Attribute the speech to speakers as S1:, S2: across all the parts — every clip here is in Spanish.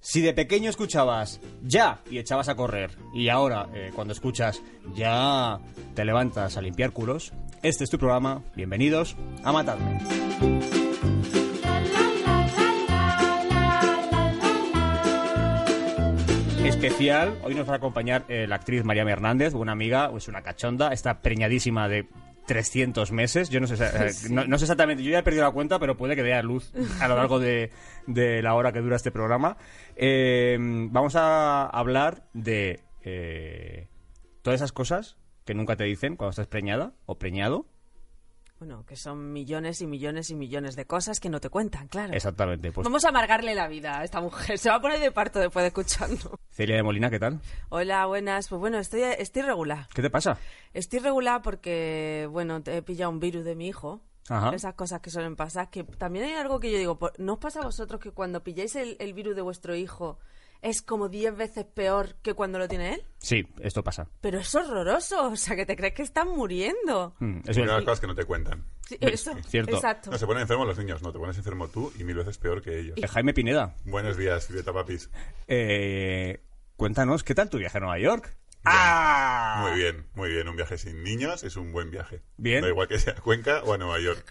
S1: Si de pequeño escuchabas ya y echabas a correr, y ahora eh, cuando escuchas ya te levantas a limpiar culos, este es tu programa. Bienvenidos a Matadme. Especial, hoy nos va a acompañar eh, la actriz María Hernández, una amiga, es una cachonda, está preñadísima de 300 meses. Yo no sé, eh, no, no sé exactamente, yo ya he perdido la cuenta, pero puede que dé a luz a lo largo de, de la hora que dura este programa. Eh, vamos a hablar de eh, todas esas cosas que nunca te dicen cuando estás preñada o preñado.
S2: Bueno, que son millones y millones y millones de cosas que no te cuentan, claro.
S1: Exactamente. Pues
S2: Vamos a amargarle la vida a esta mujer. Se va a poner de parto después de escucharnos.
S1: Celia de Molina, ¿qué tal?
S2: Hola, buenas. Pues bueno, estoy, estoy regular.
S1: ¿Qué te pasa?
S2: Estoy regular porque, bueno, te he pillado un virus de mi hijo.
S1: Ajá.
S2: Esas cosas que suelen pasar. Que también hay algo que yo digo, por- ¿no os pasa a vosotros que cuando pilláis el, el virus de vuestro hijo es como 10 veces peor que cuando lo tiene él?
S1: Sí, esto pasa.
S2: Pero es horroroso. O sea, que te crees que están muriendo.
S1: Mm,
S3: Es
S1: eso
S3: una de
S1: es.
S3: las cosas que no te cuentan.
S2: Sí,
S1: Es
S2: eso.
S1: cierto.
S2: Exacto.
S3: No, se ponen enfermos los niños, no, te pones enfermo tú y mil veces peor que ellos.
S1: eh, Jaime Pineda,
S3: Buenos días, Violeta Papis.
S1: eh, cuéntanos, ¿qué tal tu viaje a Nueva York? ¡Ah!
S3: Muy bien, muy bien. Un viaje sin niños es un buen viaje.
S1: Bien.
S3: Da igual que sea a Cuenca o a Nueva York.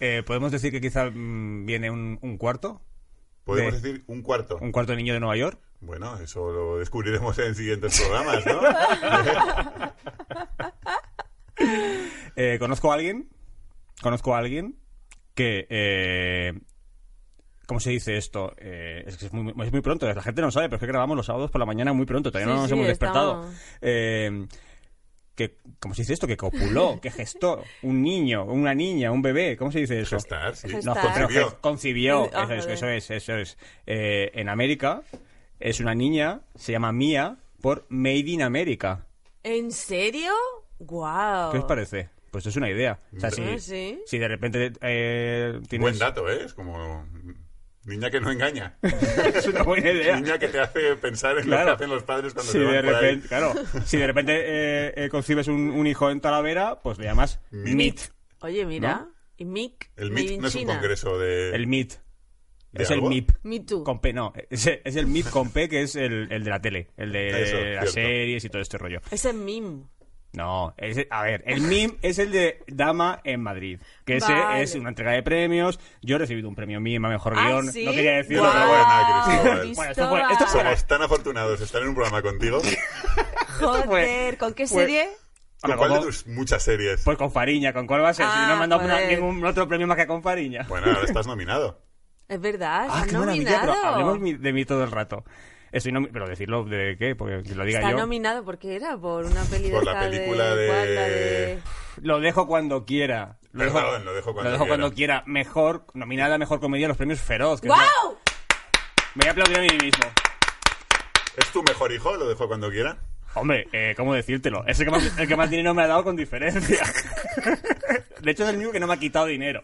S1: Eh, ¿Podemos decir que quizá mm, viene un, un cuarto?
S3: Podemos
S1: De-
S3: decir un cuarto.
S1: ¿Un cuarto niño de Nueva York?
S3: Bueno, eso lo descubriremos en siguientes programas, ¿no?
S1: Eh, conozco a alguien, conozco a alguien que, eh, ¿cómo se dice esto? Eh, es que es muy, es muy pronto, la gente no lo sabe, pero es que grabamos los sábados por la mañana muy pronto, todavía
S2: Sí,
S1: no nos
S2: sí,
S1: hemos despertado.
S2: estamos.
S1: Eh, que, ¿Cómo se dice esto? Que copuló, que gestó un niño, una niña, un bebé, ¿cómo se dice eso?
S3: Gestar, sí.
S2: Gestar.
S1: No, pero
S3: Concibió.
S1: que concibió.
S2: Ah,
S1: Eso es,
S2: joder.
S1: eso es, eso es. Eh, en América es una niña, se llama Mia, por Made in America.
S2: ¿En serio? ¡Guau!
S1: ¿Qué os parece? Pues es una idea. O sea, si,
S2: Oh. Ah, sí.
S1: si de repente eh, tienes...
S3: Buen dato, ¿eh? Es como niña que no engaña.
S1: es una buena idea.
S3: niña que te hace pensar en lo
S1: Claro.
S3: que hacen los padres cuando
S1: Si
S3: se van
S1: de,
S3: por ahí.
S1: repente, claro, si de repente eh, eh, concibes un, un hijo en Talavera, pues le llamas MIT.
S2: Oye, mira.
S1: ¿No?
S2: Y MIC.
S3: El
S2: made
S3: MIT
S2: in
S3: no es un
S2: China.
S3: congreso de...
S1: El MIT.
S3: ¿De
S1: Es
S3: algo?
S1: el MIP.
S2: Me Too.
S1: Con P, no. Es, es el MIP con P, que es el, el de la tele. El de
S3: Eso,
S1: las
S3: cierto.
S1: series y todo este rollo.
S2: Ese meme.
S1: No, ese- a ver, el MIM es el de Dama en Madrid, que
S2: Vale.
S1: ese es una entrega de premios. Yo he recibido un premio MIM a mejor
S2: ¿Ah,
S1: guión,
S2: sí?
S1: no quería decirlo,
S2: Guau,
S3: pero bueno, nada, Cristóbal.
S1: Bueno, esto fue- esto fue-
S3: Somos tan afortunados de estar en un programa contigo.
S2: Joder,
S1: fue-
S2: ¿con qué
S1: fue-
S2: serie?
S1: A ver,
S3: ¿Con cuál de
S1: como-
S3: tus muchas series?
S1: Pues con Fariña, ¿con cuál va a ser? si
S2: Ah, Pues
S1: no me han dado una-
S2: joder.
S1: ningún otro premio más que con Fariña.
S3: Bueno, ahora estás nominado.
S2: Es verdad, está
S1: Ah, maravilla,
S2: nominado.
S1: pero hablemos mi- de mí todo el rato. Estoy nomi- pero decirlo de qué, porque que lo diga
S2: Está
S1: yo.
S2: nominado porque era por una peli
S3: Por
S2: de
S3: la
S2: esta
S3: película
S2: de...
S3: de-
S2: ¿cuál? La de-
S1: Lo dejo cuando quiera. Lo
S3: Perdón,
S1: dejo,
S3: lo dejo cuando
S1: quiera. Mejor, nominada a mejor comedia a los premios Feroz. que es la-
S2: ¡Guau!
S1: Me voy a aplaudir a mí mismo.
S3: ¿Es tu mejor hijo? Lo dejo cuando quiera.
S1: Hombre, eh, ¿cómo decírtelo? Es el que, más, el que más dinero me ha dado con diferencia. De hecho, es el único que no me ha quitado dinero.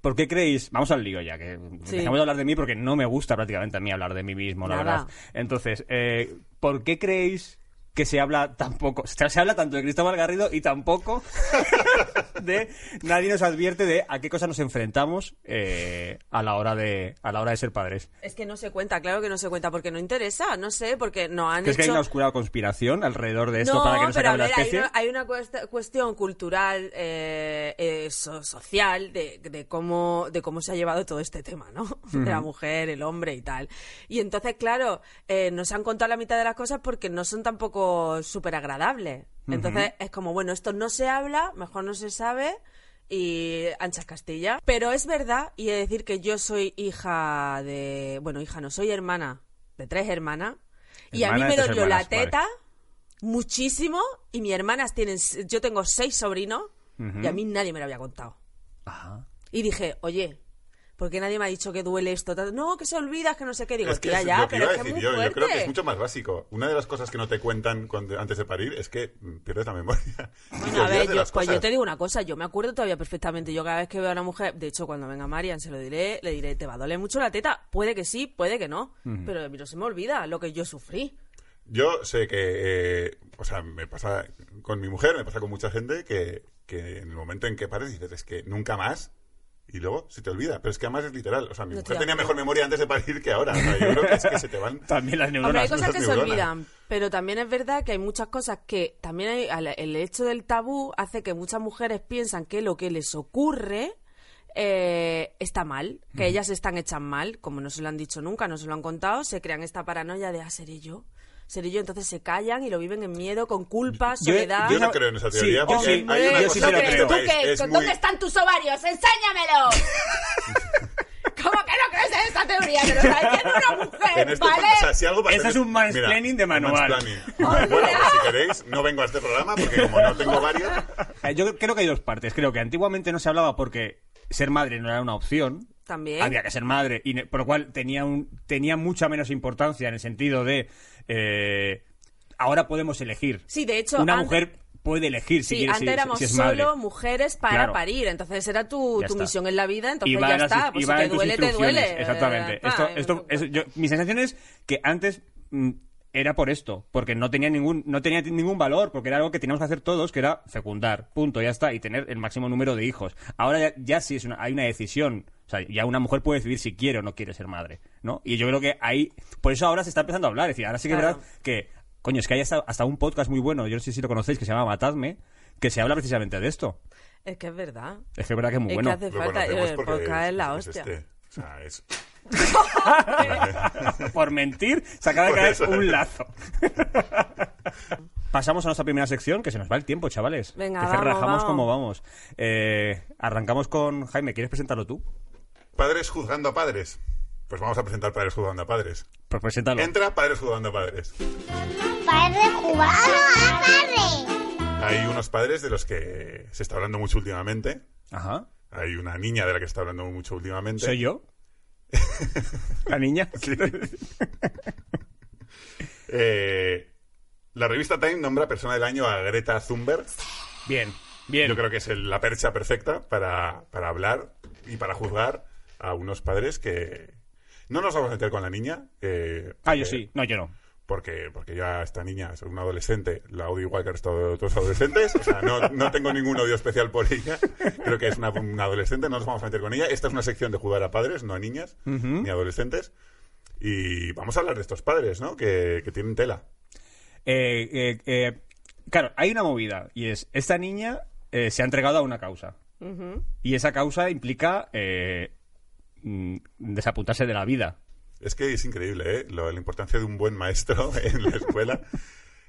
S1: ¿Por qué creéis? Vamos al lío ya, que
S2: Sí.
S1: dejamos de hablar de mí porque no me gusta prácticamente a mí hablar de mí mismo, la
S2: Nada.
S1: verdad. Entonces, eh, ¿por qué creéis que se habla tan poco? Se, se habla tanto de Cristóbal Garrido y tampoco de nadie nos advierte de a qué cosas nos enfrentamos eh, a la hora de a la hora de ser padres.
S2: Es que no se cuenta, claro que no se cuenta, porque no interesa, no sé, porque no han
S1: ¿Crees que hay
S2: hecho...
S1: una oscura conspiración alrededor de esto
S2: no,
S1: para que nos
S2: pero a
S1: acabe la
S2: ver, hay
S1: especie?
S2: una, hay una cuest- cuestión cultural, eh, eh, so- social, de, de cómo, de cómo se ha llevado todo este tema, ¿no? De la mujer, el hombre y tal. Y entonces, claro, eh, nos han contado la mitad de las cosas porque no son tampoco súper agradables. Entonces, es como, bueno, esto no se habla, mejor no se sabe y Anchas Castilla. Pero es verdad, y he de decir que yo soy hija de... Bueno, hija no, soy hermana de tres hermanas. Y a
S1: Hermana
S2: mí
S1: de
S2: me
S1: tres
S2: dolió la
S1: hermanas, vale.
S2: teta muchísimo y mis hermanas tienen, yo tengo seis sobrinos y a mí nadie me lo había contado.
S1: Ajá.
S2: Y dije, oye, ¿por qué nadie me ha dicho que duele esto? Tal- No, que se olvidas, que no sé qué. Digo,
S3: es que
S2: tía,
S3: es
S2: ya,
S3: lo que
S2: pero
S3: iba
S2: es
S3: a
S2: que es
S3: decir
S2: muy
S3: yo.
S2: fuerte.
S3: Yo creo que es mucho más básico. Una de las cosas que no te cuentan cuando- antes de parir es que mm, pierdes la memoria. Y te
S2: Bueno, a
S3: olvidas
S2: ver,
S3: de
S2: yo,
S3: las
S2: pues
S3: cosas.
S2: yo te digo una cosa, yo me acuerdo todavía perfectamente. Yo cada vez que veo a una mujer, de hecho, cuando venga Marian se lo diré, le diré, te va a doler mucho la teta. Puede que sí, puede que no, pero a mí no se me olvida lo que yo sufrí.
S3: Yo sé que, eh, o sea, me pasa con mi mujer, me pasa con mucha gente que, que en el momento en que pares dices, es que nunca más. Y luego se te olvida, pero es que además es literal. O sea, mi
S2: No te
S3: mujer
S2: da
S3: tenía
S2: cuenta.
S3: mejor memoria antes de parir que ahora. O sea, yo creo que es que se te van.
S1: También las
S2: Hombre,
S1: neuronas.
S2: hay cosas
S3: las
S2: que se
S3: neuronas.
S2: olvidan, pero también es verdad que hay muchas cosas que también hay, al- el hecho del tabú hace que muchas mujeres piensan que lo que les ocurre eh, está mal, que ellas están hechas mal, como no se lo han dicho nunca, no se lo han contado, se crean esta paranoia de, ah, seré yo, seré yo, entonces se callan y lo viven en miedo, con culpa,
S1: Yo-
S2: soledad.
S3: Yo no
S1: Esa-
S3: creo en esa
S1: sí,
S3: teoría.
S1: yo
S3: porque
S1: sí.
S3: hay una
S1: Yo
S3: cosa
S1: sí
S2: ¿Tú
S1: me lo
S3: que
S2: crees?
S1: creo.
S2: ¿Tú
S3: es-
S2: qué?
S3: es
S2: ¿Tú
S3: muy-
S2: qué están tus ovarios? ¡Enséñamelo! ¿Cómo que no crees en esta teoría? Que nos la diciendo una
S3: En
S2: mujer,
S3: esto- pues,
S2: ¿vale?
S3: o sea, si algo pasa-
S1: Ese es un mansplaining
S3: Mira,
S1: de
S3: un
S1: manual.
S3: mansplaining.
S2: Hola.
S3: Bueno, pues si queréis, no vengo a este programa porque como no tengo varios, pues
S1: Eh, Yo creo que hay dos partes. Creo que antiguamente no se hablaba porque ser madre no era una opción.
S2: También.
S1: Había que ser madre. Y ne- por lo cual tenía, un, tenía mucha menos importancia en el sentido de. eh, ahora podemos elegir.
S2: Sí, de hecho,
S1: Una
S2: antes-
S1: mujer puede elegir si
S2: Sí,
S1: quiere si-
S2: antes éramos
S1: si es madre.
S2: solo mujeres para
S1: Claro.
S2: parir, entonces era tu,
S1: Ya
S2: tu
S1: está.
S2: misión en la vida, entonces
S1: va
S2: ya
S1: en las
S2: está,
S1: in-
S2: pues
S1: va
S2: si te
S1: en tus
S2: duele, te
S1: instrucciones.
S2: duele.
S1: Exactamente.
S2: Eh,
S1: Esto,
S2: eh,
S1: esto, eso- yo- mi sensación es que antes mm, era por esto, porque no tenía ningún, no tenía t- ningún valor, porque era algo que teníamos que hacer todos, que era fecundar, punto, ya está, y tener el máximo número de hijos. Ahora ya, ya sí es una- hay una decisión. O sea, ya una mujer puede decidir si quiere o no quiere ser madre, ¿no? Y yo creo que ahí... Por eso ahora se está empezando a hablar. Es decir, ahora sí que
S2: Claro.
S1: es verdad que... Coño, es que hay hasta, hasta un podcast muy bueno, yo no sé si lo conocéis, que se llama Matadme, que se habla precisamente de esto.
S2: Es que es verdad.
S1: Es que es verdad que es muy
S2: Es que
S1: bueno.
S2: hace
S3: lo
S2: falta
S3: conocemos
S2: eh,
S3: porque
S2: podcast es la
S3: es
S2: hostia.
S3: este. O sea, es-
S1: Por mentir, se acaba de
S3: Por
S1: caer
S3: eso.
S1: un lazo. Pasamos a nuestra primera sección, que se nos va el tiempo, chavales.
S2: Venga,
S1: que
S2: vamos,
S1: rajamos
S2: vamos.
S1: como vamos. Eh, arrancamos con Jaime, ¿quieres presentarlo tú?
S3: Padres juzgando a padres. Pues vamos a presentar Padres juzgando a padres.
S1: Pues preséntalo.
S3: Entra Padres juzgando a padres.
S4: Padre jugando a padre.
S3: Hay unos padres de los que se está hablando mucho últimamente.
S1: Ajá.
S3: Hay una niña de la que se está hablando mucho últimamente.
S1: ¿Soy yo? ¿La niña?
S3: Eh, la revista Time nombra persona del año a Greta Thunberg.
S1: Bien, bien.
S3: Yo creo que es el- la percha perfecta para, para hablar y para juzgar a unos padres que... No nos vamos a meter con la niña. eh,
S1: Ah, yo
S3: porque-
S1: sí. No, yo no.
S3: Porque, porque yo a esta niña, es una adolescente, la odio igual que el resto de otros adolescentes. O sea, no, no tengo ningún odio especial por ella. Creo que es una, una adolescente, no nos vamos a meter con ella. Esta es una sección de jugar a padres, no a niñas ni adolescentes. Y vamos a hablar de estos padres, ¿no? Que, que tienen tela.
S1: Eh, eh, eh, claro, hay una movida y es, esta niña eh, se ha entregado a una causa. Y esa causa implica eh, mm, desapuntarse de la vida.
S3: Es que es increíble, ¿eh? Lo- la importancia de un buen maestro en la escuela.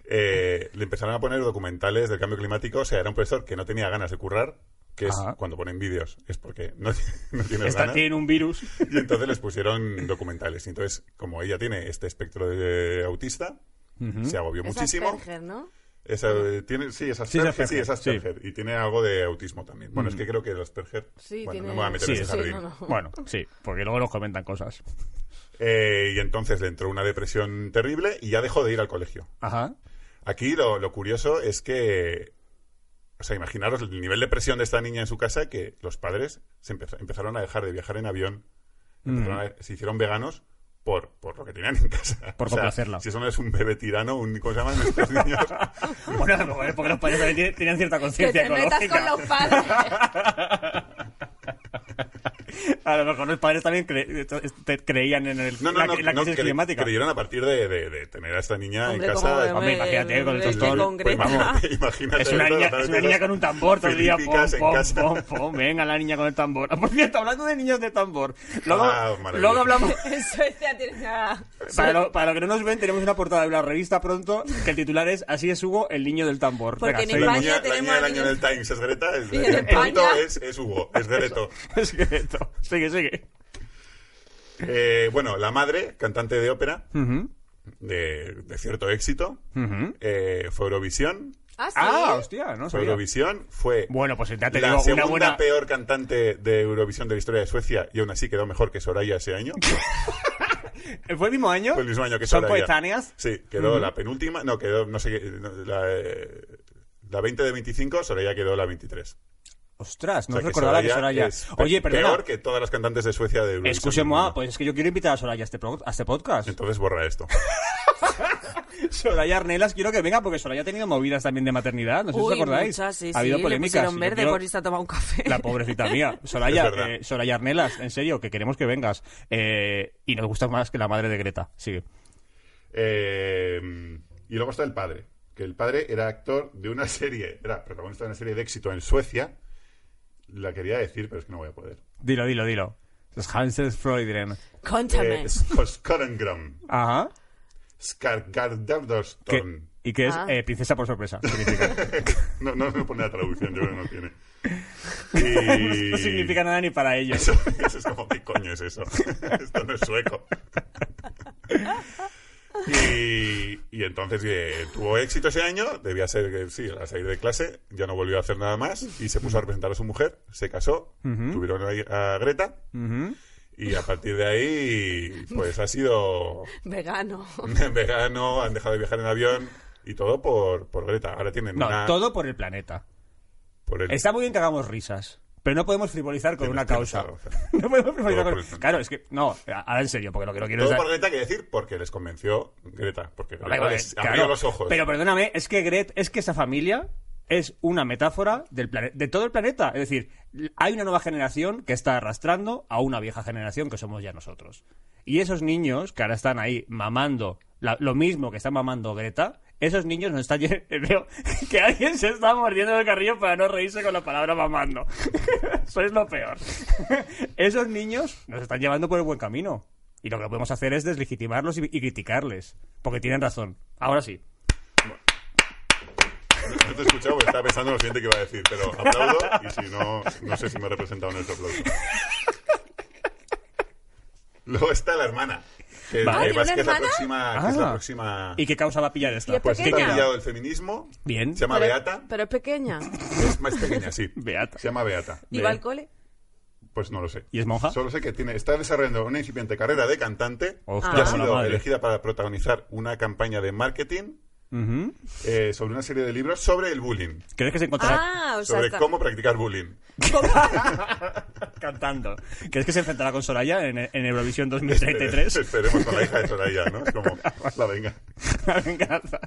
S3: Eh, le empezaron a poner documentales del cambio climático. O sea, era un profesor que no tenía ganas de currar, que es
S1: Ajá.
S3: cuando ponen vídeos. Es porque no, no tiene
S1: Esta
S3: ganas.
S1: tiene un virus.
S3: Y entonces les pusieron documentales. Y entonces, como ella tiene este espectro de autista, se agobió
S2: Es
S3: muchísimo.
S2: Asperger, ¿no?
S3: Esa, eh, tiene, sí, es
S1: es
S3: Asperger. Sí,
S1: Asperger,
S3: es Asperger. Y tiene algo de autismo también. Bueno, es que creo que el Asperger...
S2: Sí,
S3: bueno,
S2: tiene-
S3: no me voy a meter
S1: Sí,
S3: en ese
S1: sí,
S3: jardín.
S2: no, no.
S1: Bueno, sí, porque luego nos comentan cosas.
S3: Eh, y entonces le entró una depresión terrible y ya dejó de ir al colegio.
S1: Ajá.
S3: Aquí lo, lo curioso es que... O sea, imaginaros el nivel de presión de esta niña en su casa que los padres se empeza- empezaron a dejar de viajar en avión,
S1: Mm.
S3: empezaron a- se hicieron veganos por, por lo que tenían en casa.
S1: Por
S3: O sea,
S1: complacerla.
S3: Si eso no es un bebé tirano, un, ¿cómo se llaman estos niños?
S1: Bueno, a lo mejor es porque los padres también tienen- tenían cierta
S2: Que
S1: conciencia
S2: te metas
S1: ecológica.
S2: con los padres.
S1: A lo mejor los padres también cre- eh, te- creían en el,
S3: No, no,
S1: la,
S3: no,
S1: la
S3: no,
S1: crisis
S3: cre-
S1: climática.
S3: creyeron a partir de, de- de tener a esta niña
S2: Hombre,
S3: en
S2: como
S3: casa.
S2: bebé.
S1: Hombre, imagínate con el
S2: Hombre,
S1: tostón.
S2: con
S1: Pues
S2: Greta.
S1: vamos.
S3: Pues, imagínate
S1: Es una,
S3: esto,
S1: niña,
S3: todas
S1: es una
S3: esas
S1: niña con un tambor todo el día. Pom,
S3: filipicas en
S1: pom,
S3: casa.
S1: pom, pom. Venga, la niña con el tambor. Ah, Por cierto, hablando de niños de tambor. Luego,
S3: Ah, maravilloso.
S1: luego hablamos.
S2: en Suecia tienes nada.
S1: Para, lo- para los que no nos ven, tenemos una portada de una revista pronto que el titular es Así es Hugo, el niño del tambor.
S2: Porque
S1: Venga,
S2: en
S1: seguimos.
S3: La
S2: España
S3: niña, la
S2: tenemos
S3: niña del
S2: a
S3: año en el Times es Greta, el,
S2: Y en
S3: el
S2: España-
S3: punto es, es Hugo, es Greto.
S1: Es que esto. Sigue, sigue.
S3: Eh, bueno, la madre, cantante de ópera,
S1: Ujú.
S3: de, de cierto éxito,
S1: Ujú.
S3: eh, fue Eurovisión.
S2: Ah, sí.
S1: Ah, hostia, no
S3: Fue
S1: Mm-hmm. sabía.
S3: Eurovisión, fue
S1: Bueno, pues ya te
S3: la
S1: digo, una
S3: segunda
S1: buena...
S3: peor cantante de Eurovisión de la historia de Suecia y aún así quedó mejor que Soraya ese año.
S1: ¿Fue el mismo año?
S3: Fue el mismo año que
S1: ¿Son
S3: Soraya.
S1: coetáneas? Mm-hmm.
S3: Sí, quedó la penúltima, no, quedó, no sé, qué, no, la, eh, la 20 de 25, Soraya quedó la 23.
S1: Ostras, no
S3: O sea, que
S1: recordaba que
S3: Soraya
S1: Soraya...
S3: es pe-
S1: Oye, perdona, ah,
S3: Peor que todas las cantantes de Suecia de Eurovisión.
S1: excuse
S3: del mundo.
S1: pues es que yo quiero invitar a Soraya a este, pro- a este podcast.
S3: Entonces borra esto.
S1: Soraya Arnelas, quiero que venga porque Soraya ha tenido movidas también de maternidad. No sé si os
S2: Uy,
S1: acordáis.
S2: muchas, sí,
S1: ha habido
S2: sí, le
S1: polémicas.
S2: pusieron
S1: Yo
S2: verde
S1: quiero-
S2: por irse a tomar un café.
S1: La pobrecita mía. Soraya,
S3: Es verdad.
S1: eh, Soraya Arnelas, en serio, que queremos que vengas. Eh, y nos gusta más que la madre de Greta. Sigue.
S3: Eh, y luego está el padre, que el padre era actor de una serie, era protagonista de una serie de éxito en Suecia. La quería decir, pero es que no voy a poder.
S1: Dilo, dilo, dilo. Los Hansel Freudren.
S2: Cuéntame.
S3: Eh, Skorskarngrom,
S1: Ajá. Que-
S3: Skargardardorston.
S1: y que es
S2: Ah.
S1: eh, princesa por sorpresa. significa.
S3: No, no me pone la traducción, yo creo que no tiene. Y-
S1: no significa nada ni para ellos.
S3: Eso, eso es como, ¿qué coño es eso? Esto no es sueco. Y, y entonces eh, tuvo éxito ese año, debía ser, que sí, a salir de clase, ya no volvió a hacer nada más y se puso a representar a su mujer, se casó, tuvieron a, a Greta
S1: Ujú.
S3: y a partir de ahí pues ha sido
S2: Vegano.
S3: vegano, han dejado de viajar en avión y todo por, por Greta. Ahora tienen
S1: No,
S3: una...
S1: todo por el planeta.
S3: por el-
S1: Está muy bien que hagamos risas, pero no podemos frivolizar con
S3: Tienes
S1: una
S3: que
S1: causa.
S3: pensarlo, claro.
S1: No podemos frivolizar
S3: Todo por
S1: con...
S3: el planeta.
S1: Claro, es que... No, ahora en serio, porque lo que no quiero es...
S3: Todo
S1: dar-
S3: por Greta, que decir, porque les convenció Greta, porque
S1: Hombre,
S3: Greta les
S1: claro,
S3: abrió los ojos.
S1: Pero perdóname, es que Gret, es que esa familia es una metáfora del plane- de todo el planeta. Es decir, l- hay una nueva generación que está arrastrando a una vieja generación que somos ya nosotros. Y esos niños que ahora están ahí mamando la- lo mismo que está mamando Greta, esos niños nos están... lle- Veo que alguien se está mordiendo el carrillo para no reírse con la palabra mamando. Sois lo peor. esos niños nos están llevando por el buen camino. Y lo que podemos hacer es deslegitimarlos y, y criticarles. Porque tienen razón. Ahora sí.
S3: No te he escuchado, porque estaba pensando en lo siguiente que iba a decir, pero aplaudo y si no, no sé si me he representado en este aplauso. Luego está la hermana. Que
S1: Vale.
S3: eh,
S2: ¿Ah, tiene
S3: que es la
S2: hermana?
S3: próxima. que es la
S1: Ah.
S3: próxima
S1: ¿Y qué causa va a pillar
S2: ¿Y
S1: esta?
S2: es
S3: pues
S1: ¿Qué
S3: está
S2: pequeña?
S1: queda?
S3: pillado el feminismo.
S1: Bien.
S3: Se llama
S2: Pero-
S3: Beata.
S2: Pero es pequeña.
S3: Es más pequeña, sí.
S1: Beata.
S3: Se llama Beata.
S2: ¿Y
S1: Bien.
S2: va al cole?
S3: Pues no lo sé.
S1: ¿Y es monja?
S3: Solo sé que tiene, está desarrollando una incipiente carrera de cantante
S1: Ostras,
S3: y ha
S2: Ah.
S1: la
S3: sido
S1: madre.
S3: elegida para protagonizar una campaña de marketing
S1: Ujú.
S3: eh, sobre una serie de libros sobre el bullying.
S1: ¿Crees que se encontrará
S2: Ah, o sea,
S3: Sobre
S2: está-
S3: cómo practicar bullying.
S2: Ah.
S1: cantando? ¿Crees que se enfrentará con Soraya en, en Eurovisión 2033?
S3: Esperemos con la hija de Soraya, ¿no? Es como la venga.
S1: La venganza.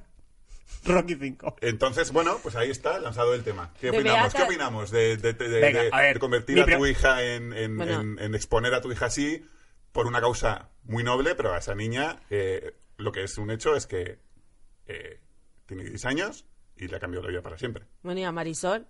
S1: Rocky 5.
S3: Entonces, bueno, pues ahí está lanzado el tema. ¿Qué
S2: De
S3: opinamos?
S2: Beata-
S3: ¿Qué opinamos de, de- de- de-
S1: Venga,
S3: de-
S1: a ver,
S3: de convertir
S1: mi
S3: a
S1: pre-
S3: tu hija en, en-
S2: Bueno.
S3: en- en exponer a tu hija así por una causa muy noble, pero a esa niña eh, lo que es un hecho es que eh, tiene 10 años y le ha cambiado la vida para siempre.
S2: Bueno, y a Marisol.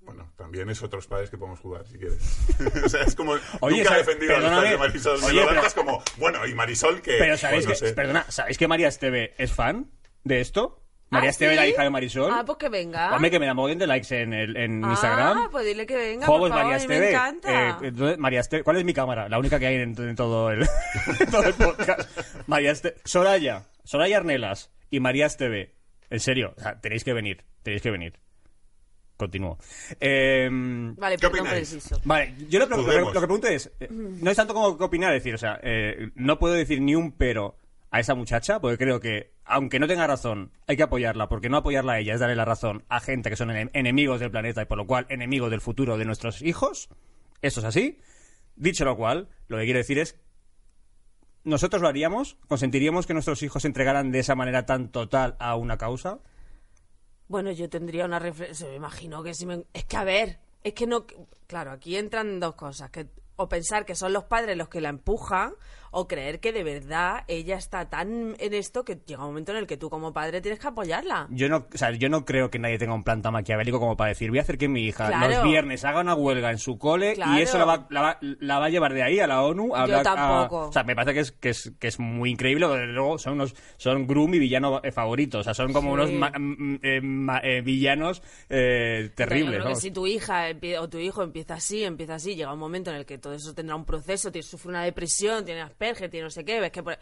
S3: Bueno, también es otros padres que podemos jugar, si quieres. o sea, es como...
S1: Oye,
S3: nunca he
S1: ¿sabes?
S3: defendido a los
S1: Perdóname.
S3: padres de Marisol. Si
S1: Oye,
S3: lo
S1: pero-
S3: lanzas como, bueno, y Marisol que...
S1: Pero ¿sabéis,
S3: pues, no
S1: que,
S3: sé.
S1: perdona, ¿sabéis que María Esteve es fan de esto?
S2: ¿Ah,
S1: María Esteve, la
S2: sí?
S1: hija de Marisol.
S2: Ah, pues que venga.
S1: Hombre, que me da mogollón de likes en, el- en
S2: Ah,
S1: Instagram.
S2: pues dile que venga,
S1: Juegos
S2: por favor,
S1: María
S2: a mí me
S1: Esteve.
S2: encanta.
S1: Eh, entonces, María Esteve, ¿cuál es mi cámara? La única que hay en, en todo, el, en todo el podcast. María Esteve, Soraya, Soraya Arnelas y María Esteve. En serio, o sea, tenéis que venir, tenéis que venir. Continúo. Em,
S2: Vale,
S3: ¿Qué
S2: perdón por
S3: opináis?
S2: el inciso.
S1: Vale, yo lo, que- lo, que-
S3: Podemos.
S1: lo que pregunto es, eh, no es tanto como que opinar, es decir, o sea, eh, no puedo decir ni un pero a esa muchacha, porque creo que, aunque no tenga razón, hay que apoyarla, porque no apoyarla a ella es darle la razón a gente que son ene- enemigos del planeta y por lo cual enemigos del futuro de nuestros hijos. Eso es así. Dicho lo cual, lo que quiero decir es, ¿nosotros lo haríamos? ¿Consentiríamos que nuestros hijos se entregaran de esa manera tan total a una causa?
S2: Bueno, yo tendría una reflexión. Me imagino que si me. Es que a ver, es que no. Claro, aquí entran dos cosas. que O pensar que son los padres los que la empujan, o creer que de verdad ella está tan en esto que llega un momento en el que tú como padre tienes que apoyarla.
S1: Yo no, o sea, yo no creo que nadie tenga un plan tan maquiavélico como para decir, voy a hacer que mi hija
S2: Claro.
S1: los viernes haga una huelga en su cole
S2: Claro.
S1: y eso la va, la va- la va a llevar de ahí a la ONU. A
S2: Yo
S1: hablar- a-
S2: tampoco.
S1: o sea, me parece que es, que es, que es muy increíble, pero desde luego son unos son Groom y villano eh, favoritos, o sea, son como
S2: Sí.
S1: unos ma- mm, eh, ma- eh, villanos eh,
S2: Yo
S1: terribles.
S2: creo que
S1: vamos.
S2: si tu hija empie- o tu hijo empieza así, empieza así, llega un momento en el que todo eso tendrá un proceso, te sufre una depresión, tiene Asperger, tiene no sé qué, ves que por-